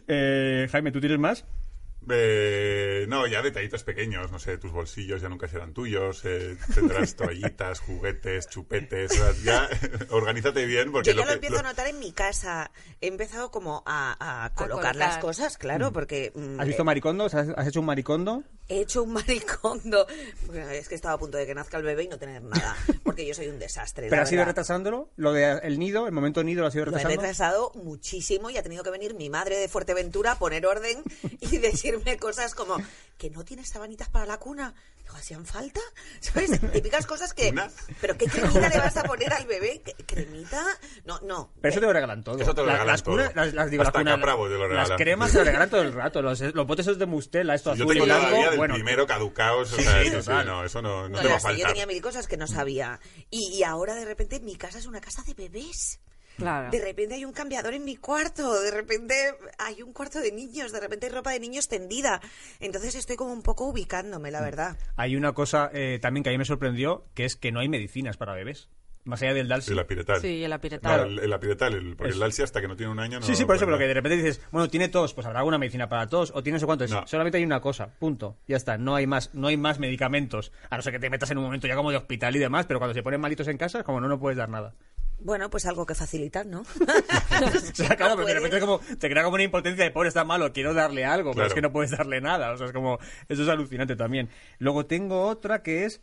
S1: Eh, Jaime, ¿tú tienes más?
S3: Eh, no, ya detallitos pequeños, no sé, tus bolsillos ya nunca serán tuyos, eh, tendrás toallitas, juguetes, chupetes, o sea, ya organízate bien porque
S6: Yo ya
S3: lo
S6: lo
S3: que-
S6: empiezo
S3: lo-
S6: a notar en mi casa. He empezado como a, a colocar
S2: colocar.
S6: las cosas, claro, porque... mm,
S1: Hmm. ¿Has visto
S6: eh,
S1: maricondos? ¿Has, has hecho un maricondo?
S6: He hecho un maricondo. Bueno, es que estaba a punto de que nazca el bebé y no tener nada, porque yo soy un desastre.
S1: ¿Pero
S6: la
S1: has ido
S6: verdad.
S1: retrasándolo? ¿Lo del nido? ¿El momento nido lo has ido
S6: Lo he
S1: retrasando?
S6: retrasado muchísimo y ha tenido que venir mi madre de Fuerteventura a poner orden y decirme cosas como que no tienes sabanitas para la cuna. Digo, ¿hacían falta? ¿Sabes? Típicas cosas que...
S3: ¿Una?
S6: ¿Pero qué cremita le vas a poner al bebé? ¿Qué- ¿Cremita? No, no.
S1: Pero eso te lo regalan todo.
S3: Eso te lo
S1: La-
S3: regalan
S1: las cunas-
S3: todo.
S1: las- las- digo,
S3: Hasta
S1: las cunas-
S3: Capravo te lo
S1: Las
S3: regalan.
S1: cremas te lo regalan todo el rato. Los, los botes esos de Mustela, esto
S3: Yo
S1: azul y
S3: tengo
S1: blanco.
S3: todavía del
S1: bueno,
S3: primero caducaos, o
S1: Sí,
S3: sea,
S1: sí,
S3: eso sí,
S1: total.
S3: no, eso no, no
S6: No,
S3: te va a
S6: las que yo
S3: faltar.
S6: tenía mil cosas que no sabía. Y, y ahora de repente mi casa es una casa de bebés.
S2: Claro.
S6: De repente hay un cambiador en mi cuarto, de repente hay un cuarto de niños, de repente hay ropa de niños tendida. Entonces estoy como un poco ubicándome,
S3: Mm.
S6: la verdad.
S1: Hay una cosa eh, también que a mí me sorprendió, que es que no hay medicinas para bebés. Más allá del Dalsy.
S3: El apiretal.
S2: Sí, el apiretal.
S3: No, el, el apiretal, el- porque el
S1: Eso.
S3: Dalsy hasta que no tiene un año no
S1: Sí, sí, por eso,
S3: pues,
S1: pero que de repente dices, bueno, tiene tos, pues habrá alguna medicina para tos, o tiene no sé cuánto. Es-
S3: No.
S1: Solamente hay una cosa, punto. Ya está, no hay más, no hay más medicamentos. A no ser que te metas en un momento ya como de hospital y demás, pero cuando se ponen malitos en casa, es como no, no puedes dar nada.
S6: Bueno, pues algo que facilitar, ¿no? pues,
S1: O sea, claro, pero de
S6: No puedes.
S1: repente es como, te crea como una impotencia de pobre, está malo, quiero darle algo, pero
S3: Claro.
S1: es que no puedes darle nada. O sea, es como, eso es alucinante también. Luego tengo otra que es.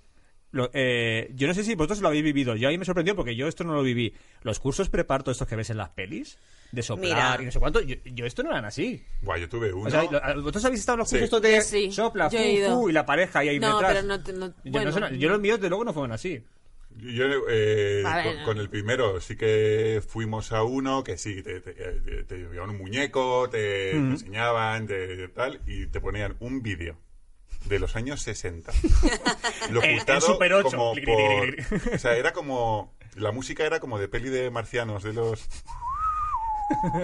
S1: lo- eh, yo no sé si vosotros lo habéis vivido. Yo ahí me sorprendió porque yo esto no lo viví. Los cursos preparto estos que ves en las pelis, de soplar
S6: Mira.
S1: y no sé cuánto, yo, yo esto no eran así.
S3: Buah, yo tuve uno.
S1: O sea, lo- ¿vosotros habéis estado en los
S3: Sí.
S1: cursos estos de
S2: Yo sí.
S1: sopla,
S2: Yo
S1: fu,
S2: he ido.
S1: fu, y la pareja y ahí
S2: No,
S1: detrás?
S2: pero no te- no-
S1: yo,
S2: bueno.
S1: sé, yo los míos de luego no fueron así.
S3: Yo eh,
S2: A ver,
S3: con,
S2: no.
S3: con el primero sí que fuimos a uno que sí, te, te, te- te llevaban un muñeco, te, te
S1: Mm.
S3: enseñaban, te, tal, y te ponían un vídeo de los años 60. Lo
S1: El- el
S3: ocultado
S1: Super 8.
S3: como
S1: Gri, gri, gri,
S3: por- O sea, era como... La música era como de peli de marcianos, de los...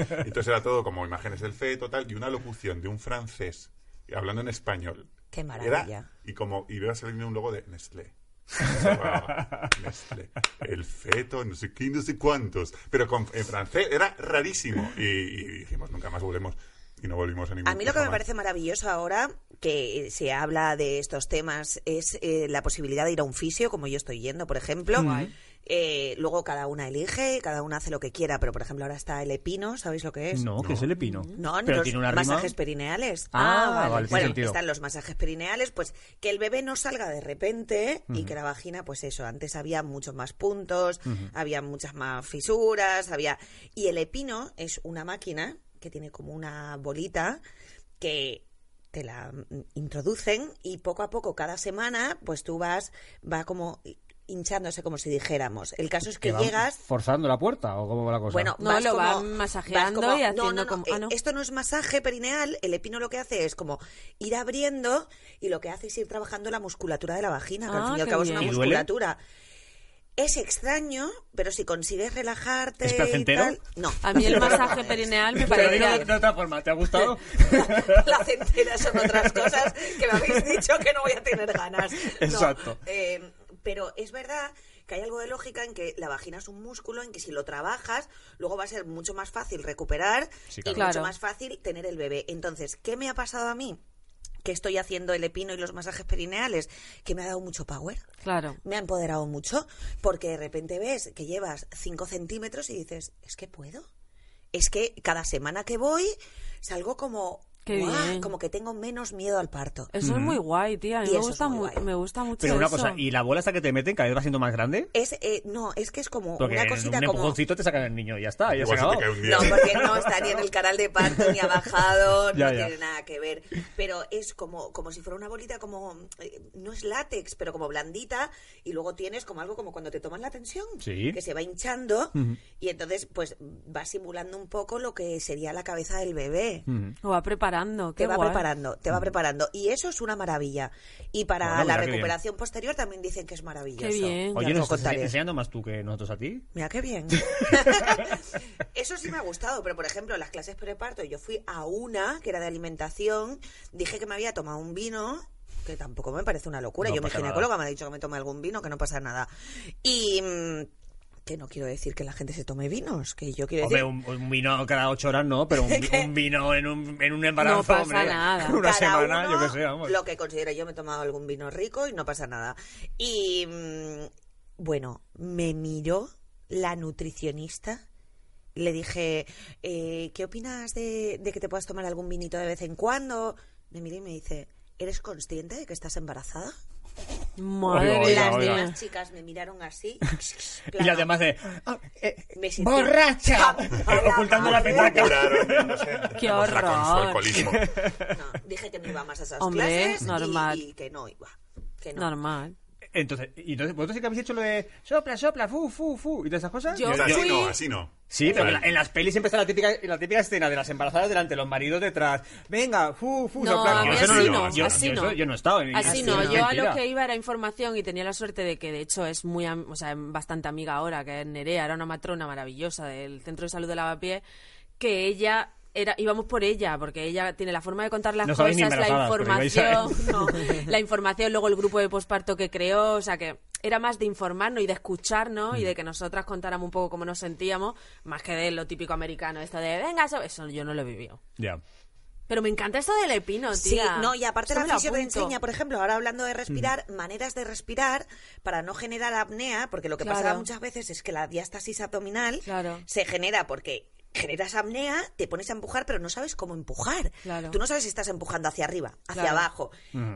S3: Entonces era todo como imágenes del feto, tal, y una locución de un francés hablando en español.
S6: Qué
S3: Era-
S6: maravilla.
S3: y como y veo salir un logo de Nestlé. Estaba Nestlé. Este, El feto, no sé qué, no sé cuántos. Pero con, en francés era rarísimo. Y, y dijimos, nunca más volvemos. y no volvimos a ningún
S6: A mí lo que
S3: cosa
S6: me
S3: más.
S6: parece maravilloso ahora que se habla de estos temas es eh, la posibilidad de ir a un fisio, como yo estoy yendo, por ejemplo. Eh, luego cada una elige, cada una hace lo que quiera, pero por ejemplo ahora está el epino, ¿sabéis lo que es?
S1: No, que es el epino.
S6: No,
S1: pero
S6: los
S1: tiene una rima.
S6: masajes perineales.
S1: Ah, vale, tiene
S6: bueno,
S1: sentido.
S6: están los masajes perineales, pues que el bebé no salga de repente y que la vagina, pues eso, antes había muchos más puntos, había muchas más fisuras, había... Y el epino es una máquina que tiene como una bolita que te la mm, introducen y poco a poco cada semana pues tú vas va como hinchándose como si dijéramos el caso es que
S1: va
S6: llegas
S1: ¿Forzando la puerta o cómo va la cosa?
S6: bueno,
S2: No,
S6: vas
S2: lo
S6: como-
S2: van masajeando
S6: vas como-
S2: y
S6: no,
S2: haciendo
S6: no, no,
S2: como-
S6: eh,
S2: ah, no.
S6: Esto no es masaje perineal, el epino lo que hace es como ir abriendo y lo que hace es ir trabajando la musculatura de la vagina, que al
S2: Ah,
S6: fin y al
S2: qué
S6: cabo es
S2: bien.
S6: una
S1: ¿Y duele?
S6: musculatura. Es extraño, pero si consigues relajarte
S1: ¿Es
S6: y
S1: placentero?
S6: tal- no.
S2: A mí el masaje perineal me
S1: Pero dilo de,
S2: parecía...
S1: de otra forma, ¿te ha gustado?
S6: placenteras son otras cosas que me habéis dicho que no voy a tener ganas. No,
S1: Exacto.
S6: eh, pero es verdad que hay algo de lógica en que la vagina es un músculo en que si lo trabajas, luego va a ser mucho más fácil recuperar
S1: Sí,
S6: y
S1: claro.
S6: mucho
S2: Claro.
S6: más fácil tener el bebé. Entonces, ¿qué me ha pasado a mí? Que estoy haciendo el epino y los masajes perineales, que me ha dado mucho power
S2: Claro.
S6: me ha empoderado mucho porque de repente ves que llevas 5 centímetros y dices, es que puedo. Es que cada semana que voy salgo como,
S2: Qué
S6: "Guau",
S2: bien.
S6: como que tengo menos miedo al parto.
S2: Eso es muy guay, tía. A mí
S6: Y
S2: me
S6: eso es
S2: gusta,
S6: muy
S2: mu-
S6: guay.
S2: me gusta mucho
S1: Pero una
S2: eso.
S1: cosa, ¿y la bola hasta que te meten cada vez va siendo más grande?
S6: Es, eh, no, es que es como
S1: Porque
S6: una
S1: en
S6: cosita
S1: un
S6: como...
S1: empujoncito te sacan el niño y ya está, ya se
S3: Igual se te
S1: acabó.
S3: cae un día.
S6: No, porque no está ni en el canal de parto, ni ha bajado, no
S1: Ya, ya.
S6: tiene nada que ver. Pero es como, como si fuera una bolita como, eh, no es látex, pero como blandita, y luego tienes como algo como cuando te toman la tensión,
S1: Sí.
S6: que se va hinchando, y entonces pues va simulando un poco lo que sería la cabeza del bebé.
S2: Lo va preparando, qué
S6: Te va
S2: guay.
S6: preparando, te va preparando. Y eso es una maravilla. Y para
S1: Bueno,
S6: la
S1: mira qué bien.
S6: recuperación posterior también dicen que es maravilloso.
S2: Qué bien.
S6: Ya
S1: Oye, ¿nos
S6: os lo
S1: estás
S6: contaré.
S1: enseñando más tú que nosotros a ti?
S6: Mira qué bien. Eso sí me ha gustado, pero por ejemplo, las clases preparto, yo fui a una que era de alimentación, dije que me había tomado un vino, que tampoco me parece una locura.
S1: No
S6: yo mi
S1: pasa
S6: ginecóloga me ha dicho que me tome algún vino, que no pasa nada. Y mm, que no quiero decir que la gente se tome vinos, que yo quiero
S1: Hombre,
S6: decir
S1: un, un vino cada ocho horas no, pero un, un vino en un, en un embarazo,
S2: No pasa
S1: hombre,
S2: nada.
S1: Una
S6: cada
S1: semana,
S6: uno
S1: yo que sé, vamos.
S6: Lo que considero yo me he tomado algún vino rico y no pasa nada. Y mm, bueno, me miró la nutricionista. Le dije, eh, ¿qué opinas de, de que te puedas tomar algún vinito de vez en cuando? Me miró y me dice, ¿eres consciente de que estás embarazada?
S2: Madre
S1: Oiga,
S2: mía.
S6: Las
S1: oiga.
S6: demás chicas me miraron así.
S1: Y las
S6: claro,
S1: demás de... ah, eh,
S6: me sentí-
S1: ¡Borracha! Ocultando la petaca.
S3: Curaron, no sé,
S2: Qué
S3: tenemos la cons-
S2: horror.
S3: alcoholismo.
S6: No, dije que no iba más a esas
S2: Hombre,
S6: clases y-
S2: normal.
S6: Y, que no iba. Que no.
S2: Normal.
S1: Entonces, y entonces, vosotros sí que habéis hecho lo de sopla, sopla, fu, fu, fu, y todas esas cosas.
S2: Yo-
S3: O sea, así
S2: fui-
S3: no, así no.
S1: Sí, pero en,
S3: Vale.
S1: la- en las pelis siempre está la típica, la típica escena de las embarazadas delante, los maridos detrás. Venga, fu, fu,
S2: No,
S1: sopla.
S2: a mí
S1: Yo
S3: así
S1: eso lo he-
S3: no,
S1: yo-
S2: así
S1: yo
S2: no.
S1: eso- Yo no he estado. en-
S2: Así
S1: en-
S2: no,
S1: en-
S2: yo a
S1: mentira.
S2: lo que iba era información y tenía la suerte de que de hecho es muy, am- o sea, bastante amiga ahora, que es Nerea, era una matrona maravillosa del Centro de Salud de Lavapié, que ella era, íbamos por ella, porque ella tiene la forma de contar las
S1: No sabéis ni
S2: cosas, la
S1: embarazadas, pero ibais a-
S2: información, no, la información, luego el grupo de posparto que creó, o sea que era más de informarnos y de escucharnos
S1: Mm.
S2: y de que nosotras contáramos un poco cómo nos sentíamos, más que de lo típico americano, esto de venga, eso, eso yo no lo he vivido.
S1: Ya.
S2: Pero me encanta esto del epino, tía.
S6: Sí, no, y aparte
S2: Esto
S6: la
S2: me lo
S6: fisio te
S2: apunto.
S6: enseña, por ejemplo, ahora hablando de respirar, maneras de respirar para no generar apnea, porque lo que pasa
S2: Claro.
S6: muchas veces es que la diástasis abdominal
S2: Claro.
S6: se genera porque generas apnea, te pones a empujar, pero no sabes cómo empujar.
S2: Claro.
S6: Tú no sabes si estás empujando hacia arriba, hacia
S2: Claro.
S6: abajo.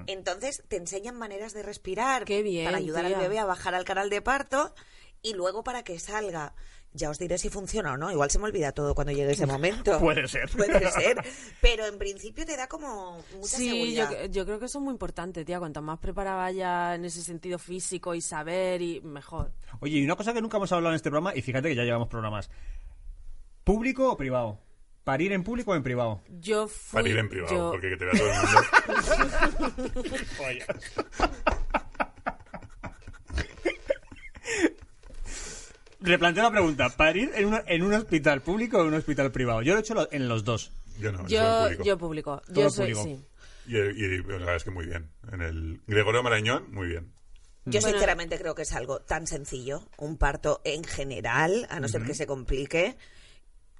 S6: Entonces te enseñan maneras de respirar
S2: Qué bien,
S6: para ayudar
S2: tía.
S6: al bebé a bajar al canal de parto y luego para que salga. Ya os diré si funciona o no. Igual se me olvida todo cuando llegue ese momento.
S1: Puede ser.
S6: Puede ser. Pero en principio te da como mucha
S2: Sí, yo,
S6: seguridad.
S2: yo creo que eso es muy importante, tía. Cuanto más preparada ya en ese sentido físico y saber, y mejor.
S1: Oye, y una cosa que nunca hemos hablado en este programa, y fíjate que ya llevamos programas. ¿Público o privado? ¿Parir en público o en privado?
S2: Yo fui.
S3: Para ir en privado,
S2: yo-
S3: porque que te vea todo el mundo.
S1: Replanteo la pregunta. ¿Parir en, una- en un hospital público o en un hospital privado? Yo lo he hecho lo- en los dos.
S3: Yo no, yo, soy
S2: Yo,
S3: público.
S2: yo público.
S1: Todo
S2: Yo soy,
S1: público.
S2: sí.
S3: Y, y la verdad es que muy bien. En el Gregorio Marañón, muy bien.
S6: Yo sinceramente creo que es algo tan sencillo, un parto en general, a no ser que se complique,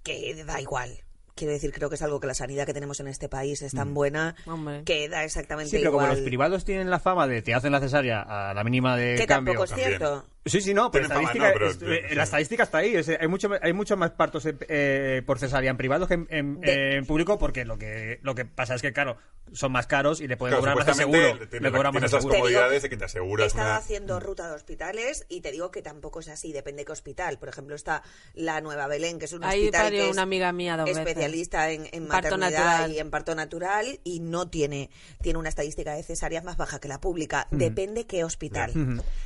S6: que da igual. quiero decir, creo que es algo que la sanidad que tenemos en este país es tan buena
S2: Hombre.
S6: que da exactamente
S1: Mm. Sí, pero como
S6: igual.
S1: los privados tienen la fama de te hacen la cesárea a la mínima de
S6: que
S1: cambio.
S6: tampoco es
S3: también.
S6: cierto.
S1: Sí, sí, no, pero,
S3: Tienen fama,
S1: estadística,
S3: no, pero-
S1: es- eh, la estadística está ahí. es, eh, hay, mucho, hay muchos más partos eh, eh, por cesárea en privados que en, en-
S6: De-
S1: eh, en público porque lo que, lo que pasa es que, claro, son más caros y le pueden
S3: Claro,
S1: cobrar más al
S3: supuestamente
S1: seguro.
S3: tiene-
S1: Le cobran más al
S3: tienes las
S1: seguro.
S6: Te digo-
S3: comodidades de que te
S6: He
S3: aseguras
S6: estado
S3: una...
S6: haciendo ruta de hospitales y te digo que tampoco es así, depende qué hospital. Por ejemplo, está la Nueva Belén, que es un
S2: Ahí
S6: hospital
S2: parió
S6: que es
S2: una amiga mía dos veces.
S6: especialista en, en
S2: Parto
S6: maternidad
S2: natural.
S6: y en parto natural y no tiene, tiene una estadística de cesáreas más baja que la pública. Depende qué hospital.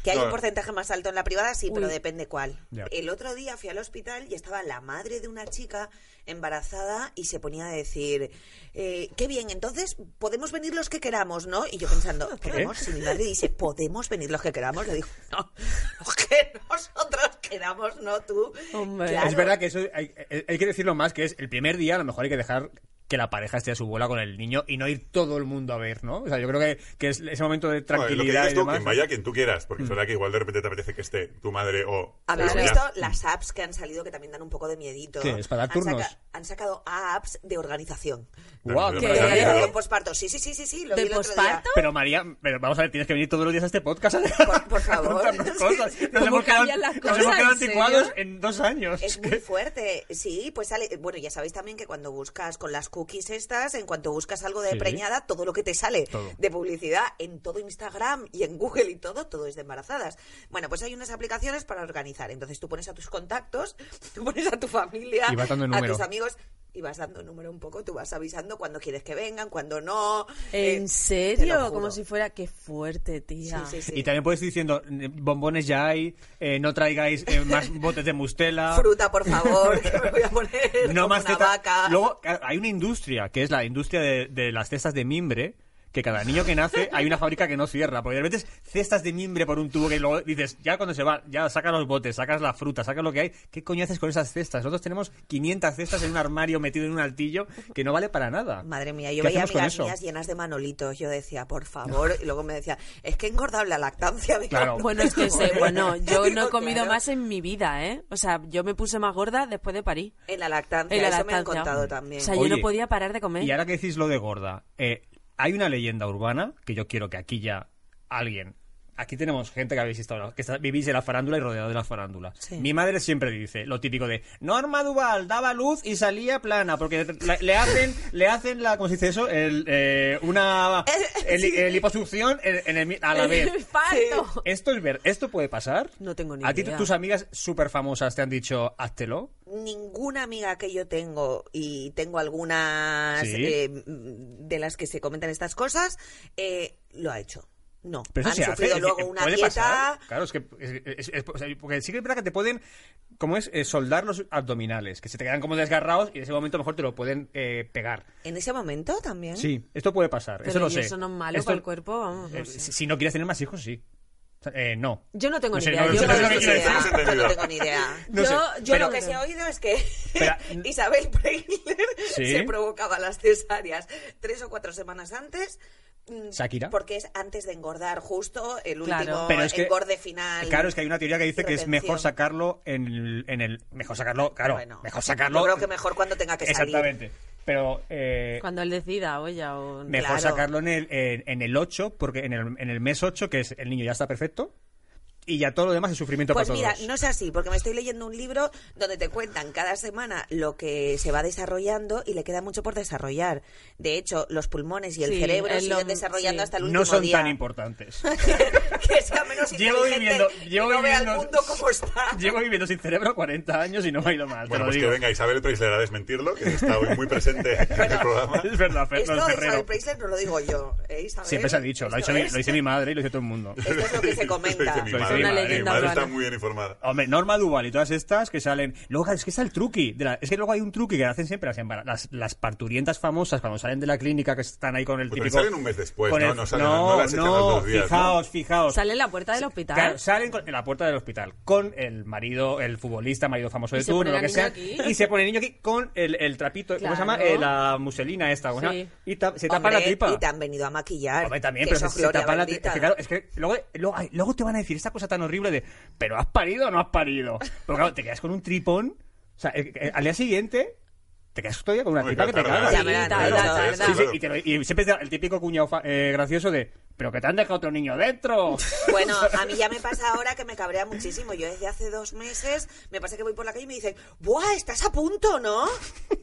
S6: Que hay
S3: No.
S6: un porcentaje más alto en la privada, sí, pero depende cuál.
S1: Ya.
S6: El otro día fui al hospital y estaba la madre de una chica embarazada y se ponía a decir, eh, qué bien, entonces podemos venir los que queramos, ¿no? Y yo pensando,
S1: ¿Eh?
S6: ¿podemos? Si mi madre dice, podemos venir los que queramos, le digo, no, los que nosotros queramos, no tú.
S2: Hombre.
S6: Claro.
S1: Es verdad que eso hay, eh, hay- hay que decirlo más, que es el primer día a lo mejor hay que dejar que la pareja esté a su bola con el niño y no ir todo el mundo a ver, ¿no? O sea, yo creo que, que es ese momento de
S3: No, lo que
S1: tranquilidad
S3: digas
S1: y
S3: tú,
S1: demás. Mm.
S3: quien vaya, quien tú quieras, porque es verdad que igual de repente te apetece que esté tu madre o...
S6: Habéis
S3: o ya.
S6: visto las apps que han salido que también dan un poco de miedito.
S1: ¿Qué? ¿Es para dar
S6: Han
S1: turnos?
S6: saca- han sacado apps de organización.
S1: Guau,
S3: No,
S1: qué
S3: no,
S2: ¿Qué?
S3: no, no, no, no,
S6: Organización
S3: no.
S6: posparto. Sí, sí, sí, sí, sí. Lo
S2: ¿De
S6: vi el otro
S2: posparto?
S1: Pero María, pero vamos a ver, tienes que venir todos los días a este podcast. a-
S6: Por- por favor.
S1: contarnos cosas. Nos
S2: ¿Cómo
S1: hemos quedado,
S2: cambian las
S1: nos
S2: cosas,
S1: hemos quedado
S2: en serio?
S1: anticuados en dos años.
S6: día. Es muy fuerte. Sí, pues sale. Bueno, ya sabéis también que cuando buscas con las cookies estas, en cuanto buscas algo de preñada, todo lo que te sale
S1: Todo.
S6: de publicidad en todo Instagram y en Google y todo, todo es de embarazadas. Bueno, pues hay unas aplicaciones para organizar. Entonces tú pones a tus contactos, tú pones a tu familia,
S1: Y vas dando
S6: a
S1: número.
S6: tus amigos. Y vas dando número un poco, tú vas avisando cuando quieres que vengan, cuando no. eh, te
S2: ¿En
S6: lo
S2: serio?
S6: juro.
S2: Como si fuera... ¡Qué fuerte, tía!
S6: Sí, sí, sí.
S1: Y también puedes ir diciendo, eh, bombones ya hay, eh, no traigáis eh, más botes de mustela.
S6: Fruta, por favor, que me voy a poner
S1: no
S6: como
S1: más
S6: una
S1: teta-
S6: vaca.
S1: Luego ca- hay una industria, que es la industria de, de las cestas de mimbre, que cada niño que nace hay una fábrica que no cierra, porque de repente es cestas de mimbre por un tubo que luego dices, ya cuando se va, ya sacas los botes, sacas la fruta, sacas lo que hay, ¿qué coño haces con esas cestas? Nosotros tenemos 500 cestas en un armario metido en un altillo que no vale para nada.
S6: Madre mía, yo
S1: ¿Qué
S6: veía
S1: hacemos con
S6: amigas
S1: eso?
S6: mías llenas de manolitos. Yo decía, por favor, y luego me decía, es que he engordado la lactancia. Digo,
S1: Claro.
S6: "No
S2: Bueno,
S6: te
S2: es que sé,
S6: jodas".
S2: bueno, yo no
S6: Digo,
S2: he comido
S6: "Claro,
S2: más en mi vida, ¿eh? O sea, yo me puse más gorda después de París.
S6: En la lactancia,
S2: En la
S6: eso me han
S2: lactancia.
S6: contado también.
S2: O sea,
S1: Oye,
S2: yo no podía parar de comer.
S1: Y ahora que decís lo de gorda, eh, hay una leyenda urbana que yo quiero que aquí ya alguien. Aquí tenemos gente que habéis estado, que está- vivís en la farándula y rodeado de la farándula. Mi madre siempre dice lo típico de Norma Duval daba luz y salía plana porque la- le hacen, le hacen la, ¿cómo se dice eso? El, eh, una el, el liposucción en- en el mi- a la vez.
S2: ¡Falto!
S1: Esto es ver, esto puede pasar.
S2: No tengo ni
S1: A ti
S2: idea.
S1: tus amigas súper famosas te han dicho háztelo.
S6: Ninguna amiga que yo tengo, y tengo algunas
S1: Sí.
S6: eh, m- de las que se comentan estas cosas, eh, lo ha hecho. No,
S1: Pero eso
S6: han
S1: se hace.
S6: sufrido
S1: es
S6: luego
S1: decir,
S6: una
S1: puede
S6: dieta...
S1: pasar. Claro, es que. es- es- es- o sea, porque sí que es verdad que te pueden. Como es eh, soldar los abdominales, que se te quedan como desgarrados y en ese momento a lo mejor te lo pueden eh, pegar.
S6: En ese momento también.
S1: Sí, esto puede pasar.
S2: Pero
S1: eso lo
S2: ¿y
S1: sé.
S2: eso no es malo
S1: Esto-
S2: para el cuerpo, vamos. no
S1: eh,
S2: sé.
S1: si, si no quieres tener más hijos, sí. O sea, eh, no.
S2: Yo no tengo
S1: No
S2: ni
S1: sé,
S2: idea.
S1: no,
S2: yo
S1: no sé
S2: no
S1: lo que
S2: tengo ni
S6: tengo
S3: quiere
S6: ni
S3: decir,
S2: idea.
S3: no sé.
S6: idea, yo no tengo ni idea.
S1: No
S2: yo,
S1: sé,
S2: yo
S1: pero-
S2: no
S6: Lo que se ha
S2: creo.
S6: oído es que
S1: Pero- mm,
S6: Isabel Preisler
S1: Sí.
S6: se provocaba las cesáreas tres o cuatro semanas antes. mm,
S1: Shakira.
S6: Porque es antes de engordar, justo el
S2: Claro.
S6: último
S1: Pero es que-
S6: engorde final.
S1: Claro, es que hay una teoría que dice que es mejor
S6: Retención.
S1: sacarlo en el. En el mejor sacarlo, claro.
S6: Bueno,
S1: mejor sacarlo.
S6: yo creo que mejor cuando tenga que salir.
S1: Exactamente. Pero. eh,
S2: Cuando él decida, oye, o...
S1: Mejor
S6: Claro.
S1: sacarlo en el, en, en el 8, porque en el, en el mes 8, que es el niño ya está perfecto, y ya todo lo demás es sufrimiento
S6: Pues
S1: para
S6: mira,
S1: todos.
S6: no es así, porque me estoy leyendo un libro donde te cuentan cada semana lo que se va desarrollando y le queda mucho por desarrollar. De hecho, los pulmones y el
S2: Sí,
S6: cerebro
S2: el
S6: siguen
S2: lom-
S6: desarrollando
S2: sí.
S6: hasta el último
S1: No son
S6: día.
S1: tan importantes.
S6: que sea menos
S1: Llevo
S6: inteligente
S1: viviendo-
S6: y
S1: llevo
S6: no vea el
S1: viviendo-
S6: mundo como está.
S1: Llevo viviendo sin cerebro 40 años y no me ha ido mal,
S3: Bueno,
S1: te lo
S3: pues
S1: digo.
S3: que venga Isabel Preisler a desmentirlo, que está hoy muy presente en el programa.
S1: Es verdad, Fernando
S6: Esto de Isabel
S1: Ferrero.
S6: Preisler no lo digo yo, ¿eh, Isabel?
S1: Siempre se ha dicho, lo, ha
S6: Esto
S1: dicho mi-
S6: es-
S1: lo dice mi madre y lo dice todo el mundo.
S6: Esto es lo que se comenta.
S3: mi
S1: Lo dice
S3: madre.
S1: mi
S3: Mi madre,
S1: leyenda
S3: está
S2: urbana.
S3: muy bien informada.
S1: Hombre, Norma Duval y todas estas que salen. Luego, es que está el truqui. de la- es que luego hay un truqui que hacen siempre las, embara- las, las parturientas famosas cuando salen de la clínica que están ahí con el
S3: Pero
S1: típico.
S3: Pues salen un mes después,
S1: con
S3: ¿no?
S1: el-
S3: No salen-
S1: no,
S3: no las echan
S1: no,
S3: a los dos días, ¿no?
S1: Fijaos, fijaos.
S2: Sale en la puerta del hospital.
S1: Claro, salen con- en la puerta del hospital con el marido, el futbolista, marido famoso de
S2: se pone
S1: turno,
S2: la
S1: lo que
S2: niña
S1: sea.
S2: aquí.
S1: Y se pone el niño aquí con el, el trapito, ¿cómo se llama?
S2: Claro.
S1: Eh, la muselina esta, ¿cómo se
S2: Sí.
S1: llama? Y ta- se tapa
S6: Hombre,
S1: la tripa.
S6: Y te han venido a maquillar.
S1: Hombre, también,
S6: que
S1: pero
S6: eso
S1: se,
S6: es
S1: se
S6: gloria
S1: tapa la
S6: bendita.
S1: tripa. Claro, es que luego, luego, ay, luego te van a decir esta cosa tan horrible de, pero has parido o no has parido. Pero claro, te quedas con un tripón. O sea, eh, eh, al día siguiente
S9: te quedas todavía con una
S3: Hombre,
S9: tipa que te
S3: claro,
S9: cagas.
S3: claro,
S2: Ya, verdad,
S3: claro,
S2: verdad,
S3: claro,
S2: verdad.
S3: sí,
S2: Sí,
S1: Y, te lo- y siempre está el típico cuñado fa- eh, gracioso de, pero que te han dejado otro niño dentro.
S6: Bueno, a mí ya me pasa ahora que me cabrea muchísimo. Yo desde hace dos meses me pasa que voy por la calle y me dicen, ¡buah, estás a punto, ¿no?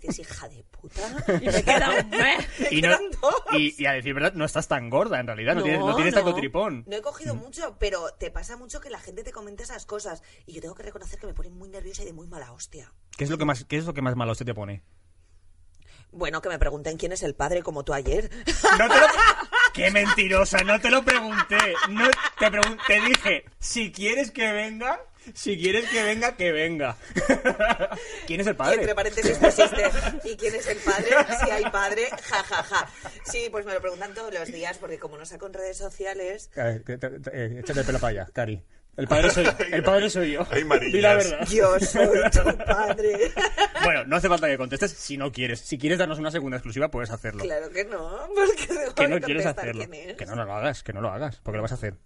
S6: Y dices, hija de puta. Y me
S2: queda un mes.
S6: me
S1: Y, no-
S6: quedan dos.
S1: y- y a decir verdad, no estás tan gorda en realidad, no,
S2: No,
S1: tienes, no tienes
S2: no.
S1: tanto tripón.
S6: No he cogido mucho, pero te pasa mucho que la gente te comenta esas cosas. Y yo tengo que reconocer que me ponen muy nerviosa y de muy mala hostia.
S1: ¿Qué es lo que más, qué es lo que más malo se te pone?
S6: Bueno, que me pregunten quién es el padre como tú ayer.
S1: No te lo... ¡Qué mentirosa! No te lo pregunté. No te, pregun- te dije, si quieres que venga, si quieres que venga, que venga. ¿Quién es el
S6: Y entre
S1: padre?
S6: paréntesis pusiste, ¿y quién es el padre? Si hay padre, ja, ja, ja. Sí, pues me lo preguntan todos los días, porque como no saco en redes sociales,
S1: A ver, que te- te- eh, échate el pelo para allá, Cari. El padre soy, el padre soy yo.
S3: Ay, Mariñas.
S1: Di la verdad.
S6: yo soy tu padre.
S1: Bueno, no hace falta que contestes si no quieres. Si quieres darnos una segunda exclusiva, puedes hacerlo.
S6: Claro que no, porque tengo
S1: que no
S6: contestar
S1: quieres hacerlo.
S6: quién es.
S1: Que no, no lo hagas, que no lo hagas, porque lo vas a hacer.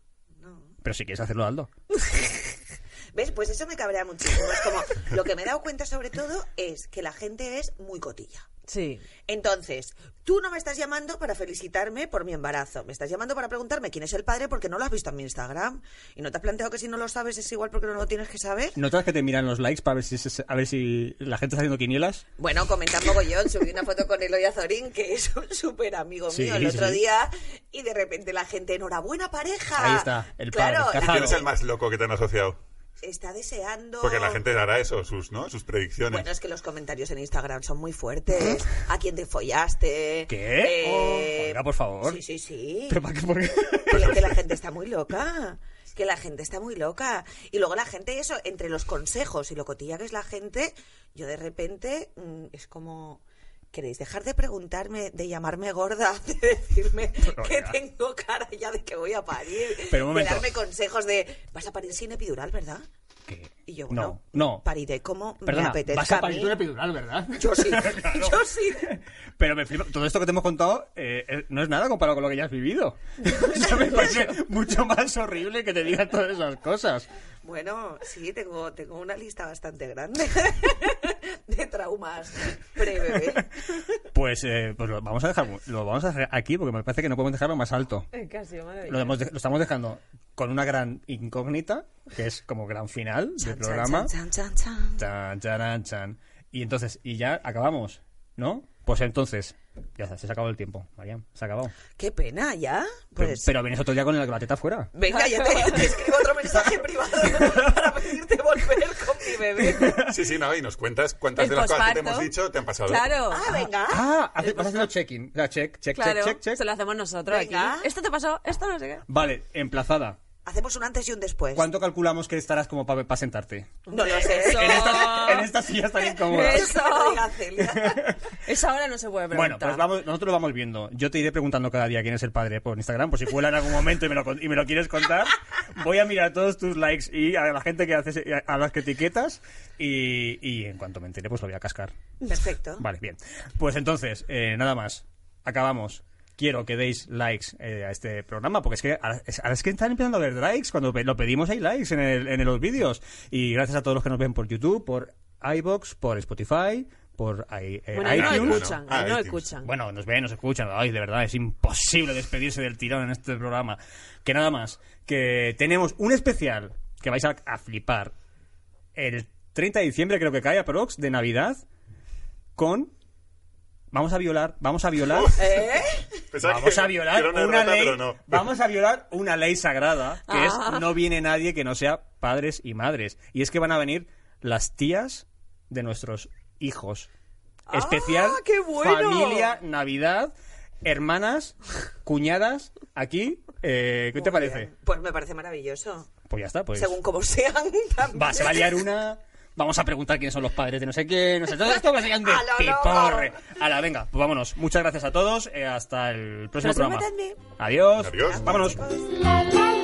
S1: Pero si quieres hacerlo, hazlo.
S6: ¿Ves? Pues eso me cabrea muchísimo. Es como, lo que me he dado cuenta sobre todo es que la gente es muy cotilla.
S2: Sí.
S6: Entonces, tú no me estás llamando para felicitarme por mi embarazo. Me estás llamando para preguntarme quién es el padre porque no lo has visto en mi Instagram. Y no te has planteado que si no lo sabes es igual porque no lo tienes que saber.
S1: ¿Notas que te miran los likes para ver si, es- a ver si la gente está haciendo quinielas?
S6: Bueno, comenta mogollón, subí una foto con Eloy Azorín, que es un súper amigo
S1: Sí,
S6: mío el otro
S1: sí.
S6: día, y de repente la gente, enhorabuena pareja.
S1: Ahí está, el padre,
S6: claro,
S1: Claro.
S6: la
S3: ¿Quién es
S6: gente
S3: el más loco que te han asociado?
S6: está deseando...
S3: Porque la gente hará eso, sus, ¿no? Sus predicciones.
S6: Bueno, es que los comentarios en Instagram son muy fuertes. ¿A quién te follaste?
S1: ¿Qué? Oh,
S6: Eh,
S1: Oiga, por favor.
S6: Sí, sí, sí.
S1: ¿Pero para qué? ¿Por qué?
S6: Que la- que la gente está muy loca. Que la gente está muy loca. Y luego la gente, eso, entre los consejos y lo cotilla que es la gente, yo de repente mm, es como. ¿Queréis dejar de preguntarme, de llamarme gorda, de decirme que
S1: ya.
S6: tengo cara ya de que voy a parir?
S1: Pero un
S6: de
S1: momento.
S6: darme consejos de, vas a parir sin epidural, ¿verdad?
S1: ¿Qué?
S6: Y yo,
S1: no,
S6: bueno,
S1: no.
S6: pariré como me
S1: Perdona,
S6: apetezca
S1: vas a
S6: mí.
S1: parir una epidural, ¿verdad?
S6: Yo sí, yo sí.
S1: Pero me flipa, todo esto que te hemos contado eh, eh, no es nada comparado con lo que ya has vivido. Eso me parece mucho más horrible que te digan todas esas cosas.
S6: Bueno, sí, tengo, tengo una lista bastante grande de traumas pre-bebé.
S1: Pues, eh, pues lo vamos a dejar lo vamos a dejar aquí porque me parece que no podemos dejarlo más alto.
S6: Eh,
S1: Lo, hemos de- lo estamos dejando con una gran incógnita, que es como gran final del
S6: Chan, chan,
S1: programa.
S6: chan, chan, chan.
S1: Chan, charan, chan. Y entonces, y ya acabamos, ¿no? Pues entonces, ya está, se ha acabado el tiempo, Mariam, se ha acabado.
S6: Qué pena, ¿ya?
S1: Pero,
S6: Pues...
S1: pero vienes otro día con la teta fuera.
S2: Ah,
S6: Venga, ya te, te escribo otro mensaje privado para pedirte volver con mi bebé.
S3: Sí, sí, no, y nos cuentas cuántas
S2: El
S3: de las cosas que te
S2: posparto.
S3: hemos dicho te han pasado.
S2: Claro.
S6: Ah, venga.
S1: Ah, hace- vas haciendo check-in. O sea, check, check,
S2: eh, Claro,
S1: check, check,
S2: se
S1: check.
S2: lo hacemos nosotros
S6: Venga.
S2: aquí. Esto te pasó, esto no sé qué.
S1: Vale, emplazada.
S6: Hacemos un antes y un después.
S1: ¿Cuánto calculamos que estarás como para sentararte?
S6: No lo sé.
S2: Eso.
S1: En estas, en estas sillas tan incómodas.
S6: Eso. que me diga Celia.
S2: Esa hora no se puede
S1: Bueno,
S2: preguntar.
S1: pues vamos, nosotros lo vamos viendo. Yo te iré preguntando cada día quién es el padre por Instagram, por si cuela en algún momento y me lo, con- y me lo quieres contar. Voy a mirar todos tus likes y a la gente que haces, eh, a las que etiquetas y, y en cuanto me entere, pues lo voy a cascar.
S6: Perfecto.
S1: Vale, bien. Pues entonces, eh, nada más. Acabamos. Quiero que deis likes eh, a este programa, porque es que ahora es, ahora es que están empezando a haber likes. Cuando pe- lo pedimos hay likes en, el- en los vídeos. Y gracias a todos los que nos ven por YouTube, por iBox, por Spotify, por i- eh,
S2: Bueno,
S1: iTunes.
S2: no
S3: iTunes.
S2: escuchan,
S3: Ah,
S2: no
S3: iTunes.
S2: escuchan.
S1: Bueno, nos ven, nos escuchan. Ay, de verdad, es imposible despedirse del tirón en este programa. Que nada más, que tenemos un especial que vais a, a flipar. El 30 de diciembre creo que cae aprox de Navidad con vamos a violar, vamos a violar,
S6: ¿Eh?
S3: Pensaba que-
S1: vamos a
S3: que
S1: violar
S3: era
S1: una,
S3: errata,
S1: ley,
S3: pero no.
S1: vamos a violar una ley sagrada que
S2: Ah.
S1: es no viene nadie que no sea padres y madres y es que van a venir las tías de nuestros hijos especial
S2: ¡Ah, qué bueno!
S1: familia Navidad hermanas cuñadas aquí eh, ¿qué te
S6: Muy bien.
S1: parece?
S6: Pues me parece maravilloso.
S1: Pues ya está, pues
S6: Según como sean. también.
S1: va, se va a liar una. Vamos a preguntar quiénes son los padres de no sé quién. No sé, todo esto va a ser un
S6: A lo
S1: despiporre. Ala, venga, pues vámonos. Muchas gracias a todos. eh, hasta el próximo programa.
S2: Transformadme.
S1: Adiós.
S3: Adiós.
S1: Vámonos.
S4: La, la,